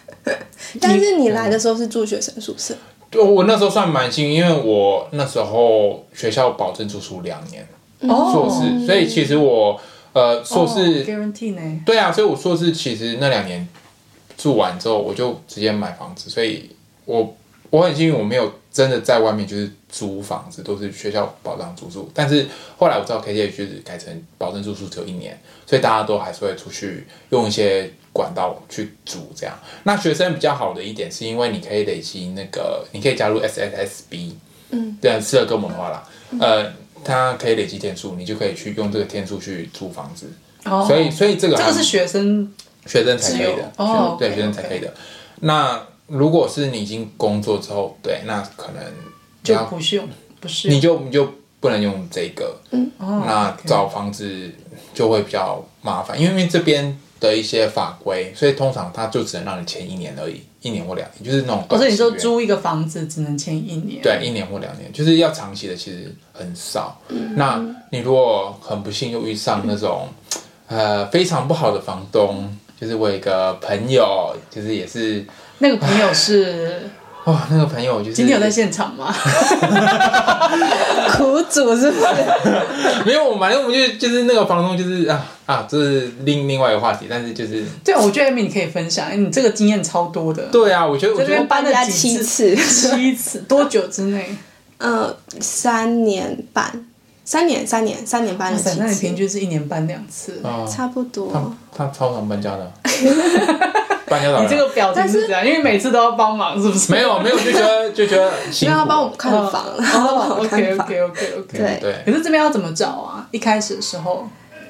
A: 但是你来的时候是住学生宿舍，
C: 对，我那时候算蛮幸运，因为我那时候学校保证住宿两年
B: 嗯
C: 硕士，所以其实我呃硕士
B: 哦 guarantee 呢？
C: 对啊，所以我硕士其实那两年住完之后，我就直接买房子，所以我我很幸运，我没有真的在外面就是租房子，都是学校保障住宿。但是后来我知道 K T H 就是改成保证住宿只有一年，所以大家都还是会出去用一些管道去租这样。那学生比较好的一点是因为你可以累积那个，你可以加入 S S S B，嗯，对，适合跟我们的话啦，呃，它可以累积天数，你就可以去用这个天数去租房子。
B: 哦
C: 所以，所以这个
B: 这
C: 还
B: 个是学生
C: 学生才可以
B: 自由
C: 的，
B: 哦
C: 学对
B: OK，
C: 学生才可以的。那如果是你已经工作之后，对，那可能你
B: 就
C: 要
B: 不是用，不是
C: 你就你就不能用这个，
B: 哦
C: 那
B: OK
C: 找房子就会比较麻烦，因为这边的一些法规，所以通常它就只能让你签一年而已，一年或两年，就是那种
B: 哦，
C: 短
B: 所
C: 期
B: 以你说
C: 约
B: 租一个房子只能签一年，
C: 对，一年或两年，就是要长期的，其实很少。
B: 嗯
C: 那你如果很不幸又遇上那种呃非常不好的房东，就是我有一个朋友，就是也是
B: 那个朋友是
C: 哇、哦那个朋友就是
B: 今天有在现场吗？
A: 苦主是不 是？
C: 没有，反正我们就就是那个房东就是啊啊，这是另另外一个话题，但是就是
B: 对，啊我觉得 Amy 你可以分享，哎你这个经验超多的，
C: 对啊，我觉得我
B: 这
C: 觉
B: 边
C: 得
B: 搬了
A: 搬家
B: 几
A: 七
B: 次，
A: 次
B: 七 次多久之内？
A: 呃，三年半，三年，三年，三年半
B: 哇
A: 的
B: 塞，那你平
A: 期，
B: 均是一年搬两次，
C: 啊，
A: 差不多。
C: 他他超常搬 家的，搬家老
B: 你这
C: 人
B: 个表情是这样，因为每次都要帮忙，是不是？
C: 没 有没有就觉得就觉得辛
A: 没
C: 苦
A: 有，他帮我们看房，他
B: 哦
A: 帮我们
B: OK
A: 看房。
B: OK OK OK。
A: 对
C: 对
B: 可是这边要怎么找啊？一开始的时候，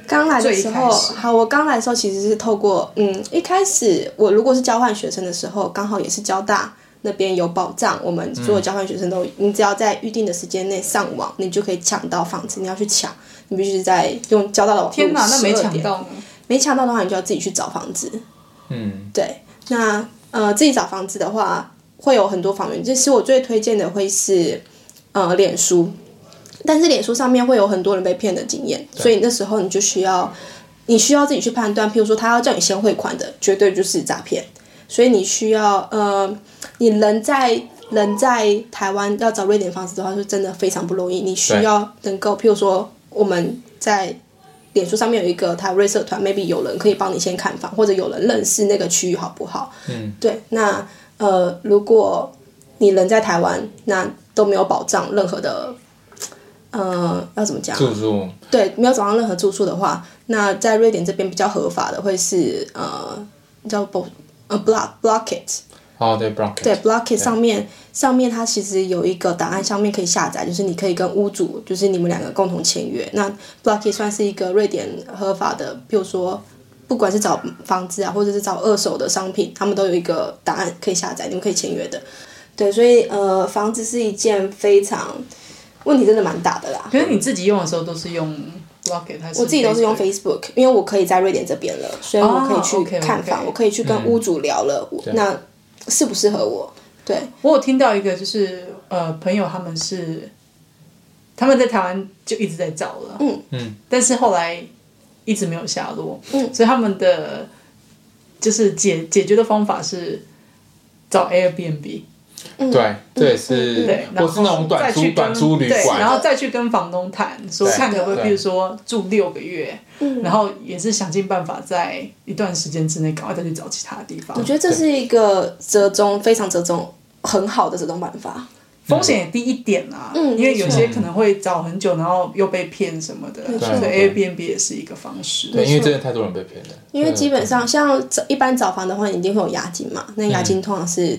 A: 刚来的时
B: 最一
A: 候
B: 开始，
A: 好，我刚来的时候其实是透过，嗯，一开始我如果是交换学生的时候，刚好也是交大那边有保障，我们所有交换学生都，你只要在预定的时间内上网，你就可以抢到房子。你要去抢，你必须是在用交大的网络。
B: 天哪，那没
A: 12
B: 抢
A: 点，
B: 到呢？
A: 没抢到的话，你就要自己去找房子。
C: 嗯
A: 对，那呃自己找房子的话，会有很多房源。其实我最推荐的会是呃脸书，但是脸书上面会有很多人被骗的经验，所以那时候你就需要你需要自己去判断。譬如说他要叫你先汇款的，绝对就是诈骗，所以你需要呃你人在。人在台湾要找瑞典房子的话，是真的非常不容易。你需
C: 对
A: 要能够，譬如说我们在脸书上面有一个台瑞社团，maybe 有人可以帮你先看房，或者有人认识那个区域好不好？
C: 嗯，
A: 对。那呃，如果你人在台湾，那都没有保障任何的，呃，要怎么讲啊？
C: 住宿
A: 对，没有找到任何住宿的话，那在瑞典这边比较合法的会是呃叫 b 呃 block blocket，
C: 哦对 b r o n c
A: 对 Blocket 上面上面它其实有一个档案，上面可以下载，就是你可以跟屋主，就是你们两个共同签约。那 Blocket 算是一个瑞典合法的，比如说不管是找房子啊，或者是找二手的商品，他们都有一个档案可以下载，你们可以签约的。对，所以呃，房子是一件非常问题真的蛮大的啦。
B: 可是你自己用的时候都是用 Rocket 还是？
A: 我自己都是用 Facebook，因为我可以在瑞典这边了，所以我可以
B: 哦
A: 去
B: ，OK，OK
A: 看房，我可以去跟屋主聊了，那适不适合我？对，
B: 我有听到一个，就是呃，朋友他们是他们在台湾就一直在找了，
A: 嗯
C: 嗯，
B: 但是后来一直没有下落，
A: 嗯
B: 所以他们的就是解解决的方法是找 Airbnb，
C: 对，这也
A: 嗯
C: 是
B: 嗯对，然
C: 或
B: 后
C: 是那种短
B: 再去
C: 租
B: 跟
C: 短租旅
B: 对然
C: 馆，
B: 后再去跟房东谈，
A: 嗯
B: 说
C: 对
B: 看可不可以，
C: 对
B: 比如说住六个月，然后也是想尽办法在一段时间之内赶快再去找其他地方
A: 我，觉得这是一个折中，非常折中，很好的折中办法。
B: 风险也低一点啦、
A: 嗯
B: 因为有
C: 没
B: 些
C: 错
B: 可能会找很久，然后又被骗什么的，
A: 没
B: 所
A: 错
B: 以
C: 对
B: Airbnb 也是一个方式。
C: 对，因为真的太多人被骗了，
A: 因为基本
C: 上
A: 上像找一般找房的话，你一定会有押金嘛，那押金通常是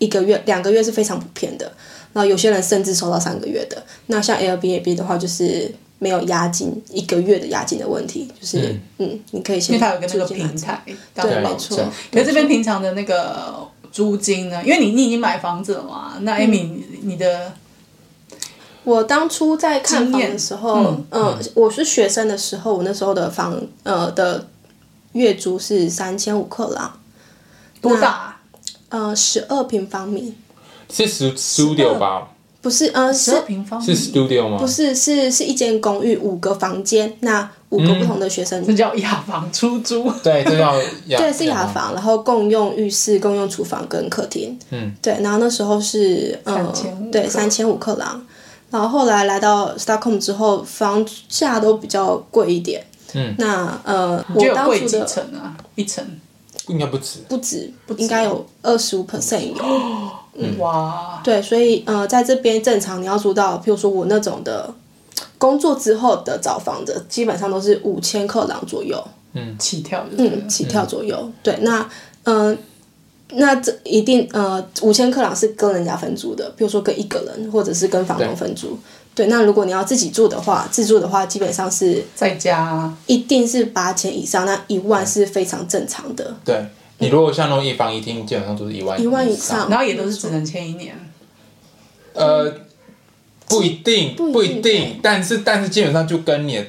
A: 一个月、两个月是非常普遍的，然后有些人甚至收到三个月的。那像 Airbnb 的话，就是没有押金，一个月的押金的问题，就是嗯你可以
B: 因
A: 先
B: 为它有个那个
A: 住进来
B: 平台当
A: 对
B: 保
A: 没错
B: 证。可是这边平常的那个租金呢？因为你你已经买房子了嘛，
A: 嗯
B: 那 Amy 你你的
A: 我当初在看房的时候，
B: 经验
A: 嗯、我是学生的时候，我那时候的房呃的月租是三千五克朗，
B: 多大？
A: 呃，十二平方米，
C: 是 stu- studio 吧？
A: 不是呃是
B: 十二平方米
C: 是 studio 吗？
A: 不是是是一间公寓，五个房间，那五个不同的学生，
B: 这叫雅房出租。
C: 对，这叫雅
A: 对是雅，房，然后共用浴室、共用厨房跟客厅，
C: 嗯，
A: 对，然后那时候是嗯、
B: 3500
A: 对三千五克朗，然后后来来到 Stockholm 之后，房价都比较贵一点，
C: 嗯，
A: 那呃
B: 就
A: 我
B: 有
A: 当
B: 贵
A: 初
B: 几
A: 的
B: 层啊？一层，
C: 应该不止，
A: 不止，应该有二十五 percent 有。
B: 哇！
A: 对，所以呃，在这边正常你要租到，譬如说我那种的工作之后的找房子，基本上都是五千克朗左右，
B: 起跳就是了
A: 嗯，起跳左右。对，那呃，那这一定呃，五千克朗是跟人家分租的，譬如说跟一个人或者是跟房东
C: 对
A: 分租。对，那如果你要自己住的话，自住的话基本上是
B: 再加
A: 一定是八千以上，那一万是非常正常的。
C: 对。你如果像那种一房一厅，基本上都是一万
A: 一万以上
C: 上，
B: 然后也都是只能签一年，
C: 呃，不一定，
A: 不一定
C: 不一定，但是但是基本上就跟你的，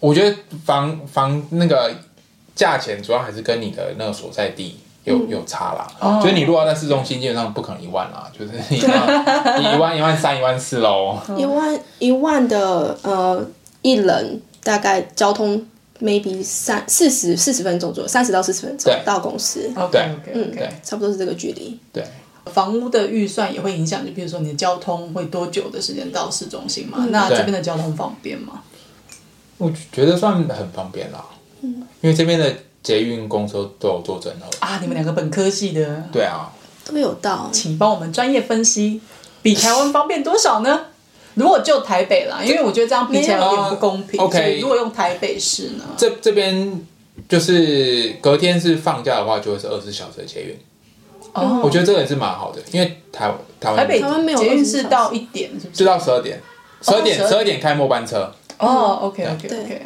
C: 我觉得房房那个价钱主要还是跟你的那个所在地有、
A: 嗯
C: 有差啦。
B: 哦
C: 所以你如果要在市中心，基本上不可能一万啦，就是你 要你一万、一万三、一万四喽。
A: 一万一万的呃一人大概交通 maybe 三四十四十分钟左右，三十到四十分钟
C: 对
A: 到公司，
B: OK
C: 对
B: OK
A: 嗯
B: OK，
A: 差不多是这个距离。
C: 对，
B: 房屋的预算也会影响，就比如说你的交通会多久的时间到市中心
A: 嗯
B: 嘛？那这边的交通方便吗？
C: 我觉得算很方便啦。嗯，因为这边的捷运、公车都有做整合。
B: 啊，你们两个本科系的，
C: 对啊，
A: 都有到，
B: 请帮我们专业分析，比台湾方便多少呢？如果就台北啦，因为我觉得这样比起来有点不公平。
C: 没有啊哦
B: 所
C: OK
B: 以如果用台北市呢？
C: 这这边就是隔天是放假的话，就会是二十四小时的捷运。
B: 哦，
C: 我觉得这个也是蛮好的，因为台台湾
B: 台北
A: 台湾没有
B: 捷运
A: 24
B: 是
A: 小时
B: 到一点，是不？
C: 就是到十二点，十二
A: 哦
C: 点
B: 12
C: 十二点开末班车，
B: 哦，OK OK
A: 对
B: OK，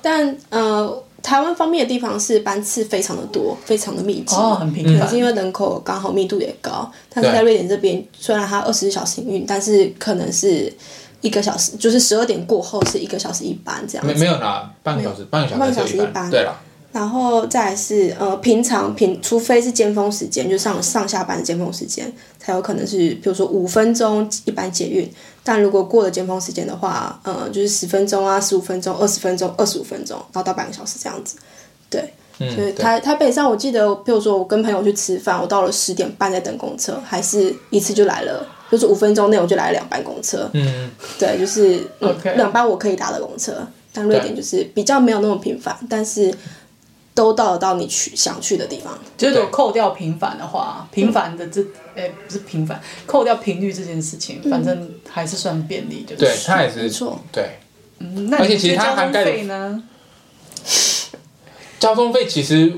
A: 但呃，台湾方面的地方是班次非常的多，非常的密集，
B: 哦，很频
A: 可能
B: 繁
A: 是。因
C: 嗯
A: 为人口刚好密度也高，但是
C: 对
A: 在瑞典这边，虽然它二十四小时营运，但是可能是一个小时，就是十二点过后是一个小时一班这样子。
C: 没没有啦，半个小时，半个
A: 哦半
C: 小
A: 个
C: 时只
A: 小时
C: 有
A: 一
C: 一
A: 班
C: 班，对了，
A: 然后再来是呃，平常平除非是尖峰时间，就上上下班的尖峰时间，才有可能是比如说五分钟一班捷运。但如果过了尖峰时间的话，呃，就是十分钟啊、十五分钟、二十分钟、二十五分钟，然后到半个小时这样子。对，所以
C: 嗯，对，
A: 台台北上，我记得，比如说我跟朋友去吃饭，我到了十点半在等公车，还是一次就来了，就是五分钟内我就来了两班公车。
C: 嗯，
A: 对，就是嗯
B: OK
A: 两班我可以搭的公车，但瑞典
C: 对
A: 就是比较没有那么频繁，但是都到得到你去想去的地方。
B: 就是如果扣掉频繁的话，频繁的这，哎、不是频繁，扣掉频率这件事情，反正还是算便利，就是。
C: 嗯对，它也
A: 没
C: 是
A: 错，
C: 对。
B: 嗯那
C: 而且
B: 你
C: 其实
B: 觉得
C: 它
B: 交
C: 涵
B: 通
C: 盖的
B: 费呢？
C: 交通费其实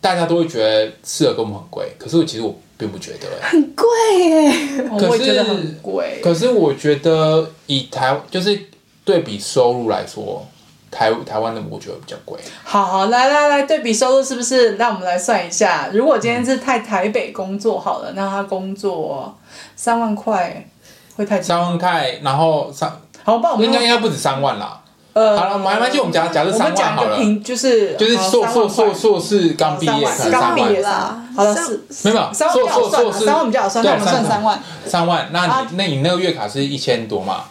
C: 大家都会觉得吃的跟我们很贵，可是我其实我并不觉得欸，
A: 很贵耶，
B: 哦
C: 可
B: 我也觉得
C: 是
B: 很贵。
C: 可是我觉得以台就是对比收入来说，台台湾的我觉得比较贵。
B: 好好，来来来，对比收入是不是？那我们来算一下，如果今天是在台北工作好了，那他工作三万块会太低。
C: 三万块，然后三
B: 好，帮我们
C: 应该应该不止三万啦。
B: 呃，
C: 好了，我们还蛮就我们假假设
B: 我们
C: 三万
B: 讲
C: 好
B: 一个
C: 了，
B: 平，就是
C: 就是
B: 好
C: 硕
B: 3
C: 硕
B: 万块
C: 硕硕士刚毕业
B: 三
C: 可
B: 万
C: 能
B: 刚
C: 三
B: 毕
C: 万
B: 业，
A: 啦
B: 好了
A: 三
B: 是
C: 没有没有
B: 三
C: 硕
B: 万比较好
C: 硕
B: 算啊
C: 硕士
B: 三万比较好算那我们
C: 对
B: 算三万，
C: 三万，那
B: 啊
C: 你那你那个月卡是一千多嘛？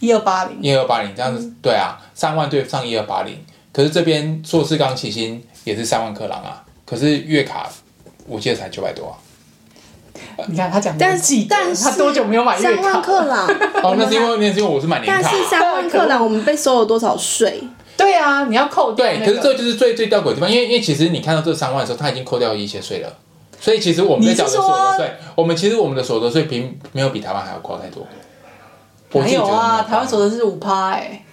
B: 一二八零，
C: 一二八零这
B: 嗯
C: 样子，对啊，三万对上一二八零，可是这边硕士刚起薪也是三万克朗啊，可是月卡我记得才九百多啊。
B: 你看他讲
A: 但
B: 年纪的，
A: 但是
B: 他多久没有买月
A: 三
B: 卡
A: 万
B: 了？
A: 克朗，
C: 哦，那是因为那是因为我是买年
A: 但
C: 卡啊。
A: 是三万克朗我们被收了多少税？
B: 对啊，你要扣掉
C: 对，
B: 那
C: 可是
B: 个
C: 这就是最最吊诡的地方，因为因为其实你看到这三万的时候，他已经扣掉一些税了，所以其实我们在缴的所得税，我们其实我们的所得税并没有比台湾还要高太多。我自
B: 没
C: 己觉
B: 有
C: 得没
B: 啊，
C: 高
B: 台湾所得是五趴哎，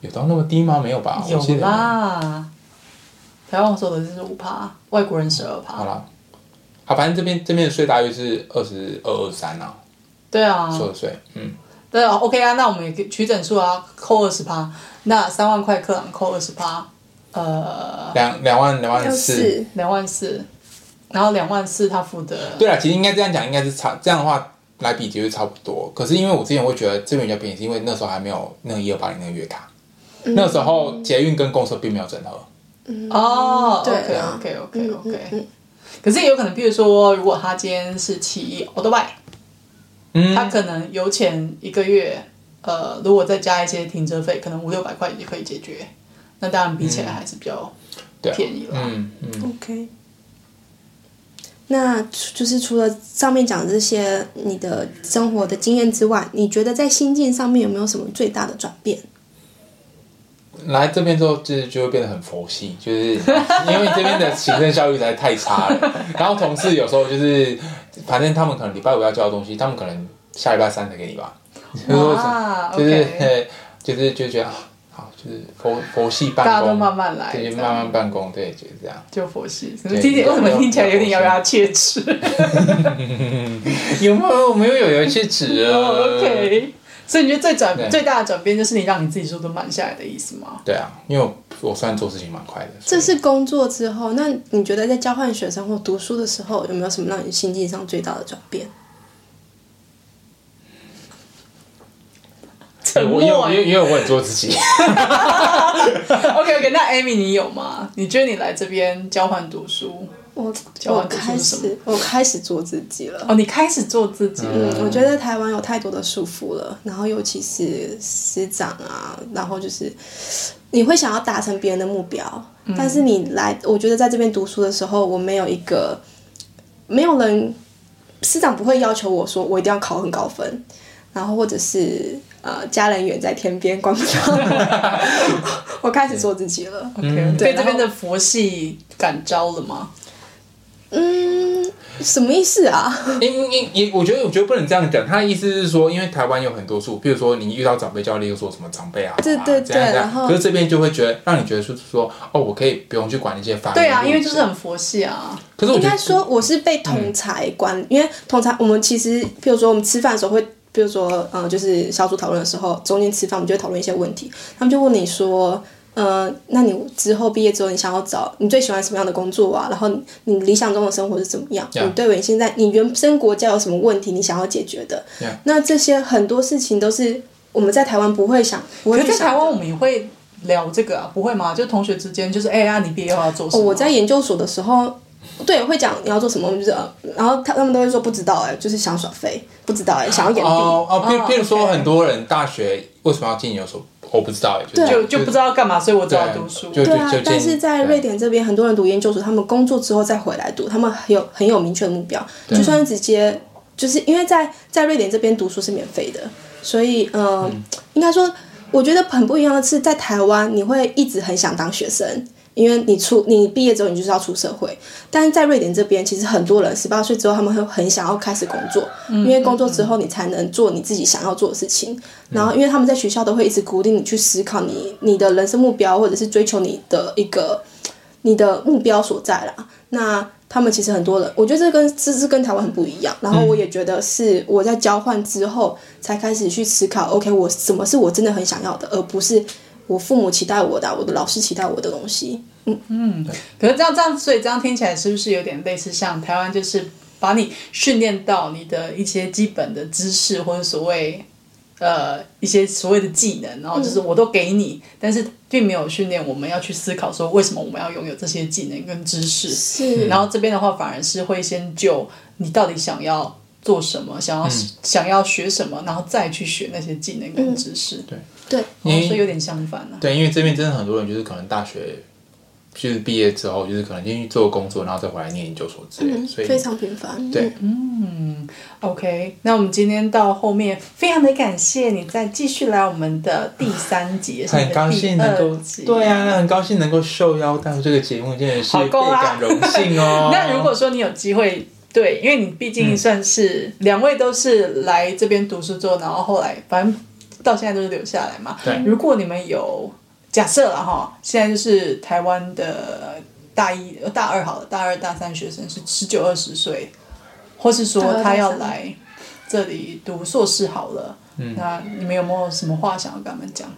C: 有到那么低吗？没有吧？我
B: 有
C: 记得没有。
B: 啦，台湾所得是五趴，外国人十二
C: 好
B: 趴，
C: 啦，好，反正这边这边的税大约是二十二二三啊，
B: 对啊，
C: 所得税，嗯，
B: 对啊，OK 啊，那我们也可以取整数啊，扣二十趴，那三万块克朗扣二十趴，呃，
C: 两两万两万
A: 就
C: 四。
A: 是
B: 两万四，然后两万四他付的，
C: 对啊，其实应该这样讲，应该是差这样的话来比就是差不多。可是因为我之前会觉得这边比较便宜，是因为那时候还没有那个一二八零那个月卡，
B: 嗯
C: 那时候捷运跟公车并没有整合。
B: 哦
A: 嗯对
B: ，OK
A: 啊
B: OK OK
A: 嗯嗯
B: OK，可是也有可能，譬如说，如果他今天是骑 o u t b i
C: 嗯，
B: 他可能油钱一个月，呃，如果再加一些停车费，可能五六百块也可以解决。那当然比起来还是比较，
C: 对啊
B: 便宜了
C: 嗯嗯，
A: OK。那除就是除了上面讲这些你的生活的经验之外，你觉得在心境上面有没有什么最大的转变？
C: 来这边之后就是就会变得很佛系，就是因为这边的行政效率实在太差了。然后同事有时候就是，反正他们可能礼拜五要交的东西，他们可能下礼拜三才给你吧。
B: 哇
C: 就是
B: OK
C: 就是就觉得啊，好，就是佛佛系办公，
B: 大家都慢慢来，这
C: 对，
B: 样
C: 慢慢办公，对，就是这样。
B: 就佛系。
C: 对
B: 听起来为什么听起来有点咬牙切齿
C: 有没有我没有有人去指 啊
B: 哦？OK，所以你觉得最
C: 对
B: 转最大的转变就是你让你自己速度慢下来的意思 吗？
C: 对啊，因为我我虽然做事情蛮快的，所
A: 这
C: 以
A: 是工作之后，那你觉得在交换学生或读书的时候，有没有什么让你心境上最大的转变？
B: 沉
C: 哎呃我因为
B: 默欸
C: 我因为因为我很做自己。
B: OK OK，那 Amy 你有吗？你觉得你来这边交换读书，
A: 我
B: 交
A: 我
B: 换读
A: 开
B: 书是什么
A: 始我开始做自己了。
B: 哦，你开始做自己了，
A: 嗯，我觉得台湾有太多的束缚了，然后尤其是师长啊，然后就是你会想要达成别人的目标，
B: 嗯
A: 但是你来，我觉得在这边读书的时候，我没有一个没有人师长不会要求我说我一定要考很高分，然后或者是呃家人远在天边管不到我，我 开始做自己 了。
C: 嗯
B: OK，被
A: 对
B: 这边
A: 然
B: 的佛系感召了吗？
A: 嗯，什么意思啊？
C: 因因也，我觉得我觉得不能这样讲。他的意思是说，因为台湾有很多数，比如说你遇到长辈教练又说什么长辈啊，
A: 对
C: 啊
A: 对
C: 这样这
A: 对然
C: 样。
A: 后
C: 可是这边就会觉得让你觉得是说，哦，我可以不用去管那些法律。
B: 对啊，因为就是很佛系啊。
C: 可是我
A: 应
C: 觉
A: 该
C: 得嗯
A: 说我是被同才管，因为同才我们其实，譬如说我们吃饭的时候会，譬如说，呃，就是小组讨论的时候，中间吃饭我们就会讨论一些问题，他们就问你说，呃，那你之后毕业之后你想要找你最喜欢什么样的工作啊？然后你你理想中的生活是怎么样
C: Yeah.
A: 你对你现在你原生国家有什么问题你想要解决的
C: Yeah.
A: 那这些很多事情都是我们在台湾不会想，不
B: 可
A: 会
B: 是
A: 去
B: 在
A: 想
B: 台
A: 的。
B: 湾我们也会聊这个啊，不会吗？就同学之间就是，哎、呀、你毕业后要做什
A: 哦，
B: 么？
A: 我在研究所的时候，对，会讲你要做什么，我们就是，呃然后他他们都会说不知道哎、就是想耍废，不知道哎、想要演戏，
C: 哦哦，譬譬如说，
B: OK
C: 很多人大学为什么要进研究所，我不知道哎，
A: 对
B: 就就不知道干嘛，所以我只好读书。
C: 对
A: 对啊
C: 就就。
A: 但是在
C: 对
A: 瑞典这边，很多人读研究所，他们工作之后再回来读，他们很有很有明确的目标，就算是直接就是因为在在瑞典这边读书是免费的，所以呃，
C: 嗯
A: 应该说，我觉得很不一样的是，在台湾你会一直很想当学生。因为你出你毕业之后，你就是要出社会。但是在瑞典这边，其实很多人十八岁之后，他们会很想要开始工作，
C: 嗯
A: 因为工作之后你才能做你自己想要做的事情。然后，因为他们在学校都会一直鼓励你去思考你你的人生目标，或者是追求你的一个你的目标所在啦。那他们其实很多人，我觉得这跟这是跟台湾很不一样。然后我也觉得是我在交换之后才开始去思考，OK，我什么是我真的很想要的，而不是我父母期待我的啊、我的老师期待我的东西。
B: 可是这样这样，所以这样听起来是不是有点类似像台湾，就是把你训练到你的一些基本的知识或者所谓呃一些所谓的技能，然后就是我都给你，但是并没有训练我们要去思考说为什么我们要拥有这些技能跟知识。
A: 是
B: 然后这边的话，反而是会先就你到底想要做什么，想要、想要学什么，然后再去学那些技能跟知识。
C: 对
A: 对，
B: 哦所以有点相反了、
C: 对，因为这边真的很多人就是可能大学就是毕业之后，就是可能进去做工作，然后再回来念研究所之类的，
A: 嗯，
C: 所以
A: 非常频繁。
C: 对
A: 嗯，
B: OK，那我们今天到后面，非常的感谢你再继续来我们的第三集，也是你
C: 很
B: 的
C: 高兴能
B: 第
C: 够
B: 二集
C: 对啊，那很高兴能够受邀到这个节目，真的是
B: 好
C: 倍
B: 够啦
C: 感荣幸哦。
B: 那如果说你有机会，对，因为你毕竟算是、两位都是来这边读书之后，然后后来反正到现在都是留下来嘛。
C: 对
B: 如果你们有假设了哈，现在就是台湾的大一、呃大二好了，大二、大三学生是十九、二十岁，或是
A: 大二
B: 说
A: 大
B: 他要
A: 三
B: 来这里读硕士好了，
C: 嗯
B: 那你们有没有什么话想要跟他们讲？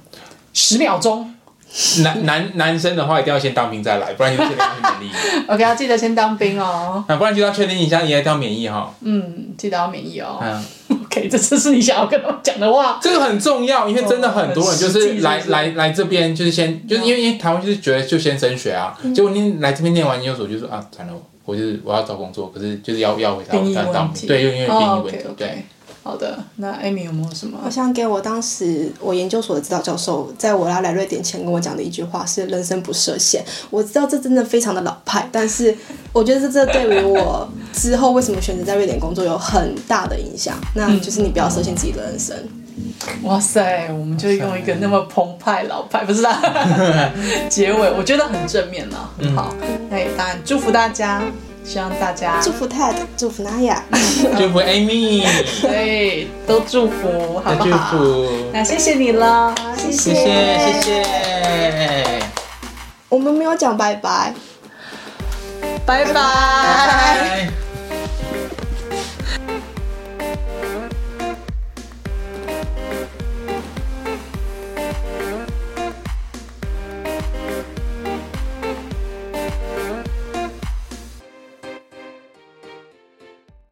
B: 十秒钟。
C: 男男男生的话，一定要先当兵再来，不然就先当免疫。
B: OK，要记得先当兵哦，
C: 那不然就要确定一下，你一定要免疫哈。
B: 嗯，记得要免疫哦。
C: 嗯，
B: OK，这 就是你想要跟他们讲的 话。
C: 这个很重要，因为真的很多人就
B: 哦很实际
C: 是来
B: 是不是嗯
C: 来来这边，就是先就是因为因为台湾就是觉得就先升学啊，结果你来这边念完研究所就说啊，惨了，我就是我要找工作，可是就是要要回台
B: 兵
C: 湾
B: 役
C: 当当
B: 问题
C: 兵，对，又因为兵
B: 哦
C: 役问
B: ，OK
C: 题，对
B: OK，，好的。那 Amy 有没有什么
A: 我？想给我当时我研究所的指导教授，在我要来瑞典前跟我讲的一句话是“人生不设限”。我知道这真的非常的老派，但是我觉得这这对于我之后为什么选择在瑞典工作有很大的影响。那就是你不要设限自己的人生。
B: 哇塞，我们就用一个那么澎湃老派，不是啦， 结尾我觉得很正面啦，
C: 嗯
B: 很好。那也当然祝福大家，希望大家
A: 祝福 Ted，祝福 Naya，
C: 祝福 Amy，
B: 对都祝福， 好不
C: 祝
B: 好？
C: 福，
B: 那谢谢你了，谢
C: 谢谢谢谢。
A: 我们没有讲拜拜。
B: 拜拜。
C: 拜拜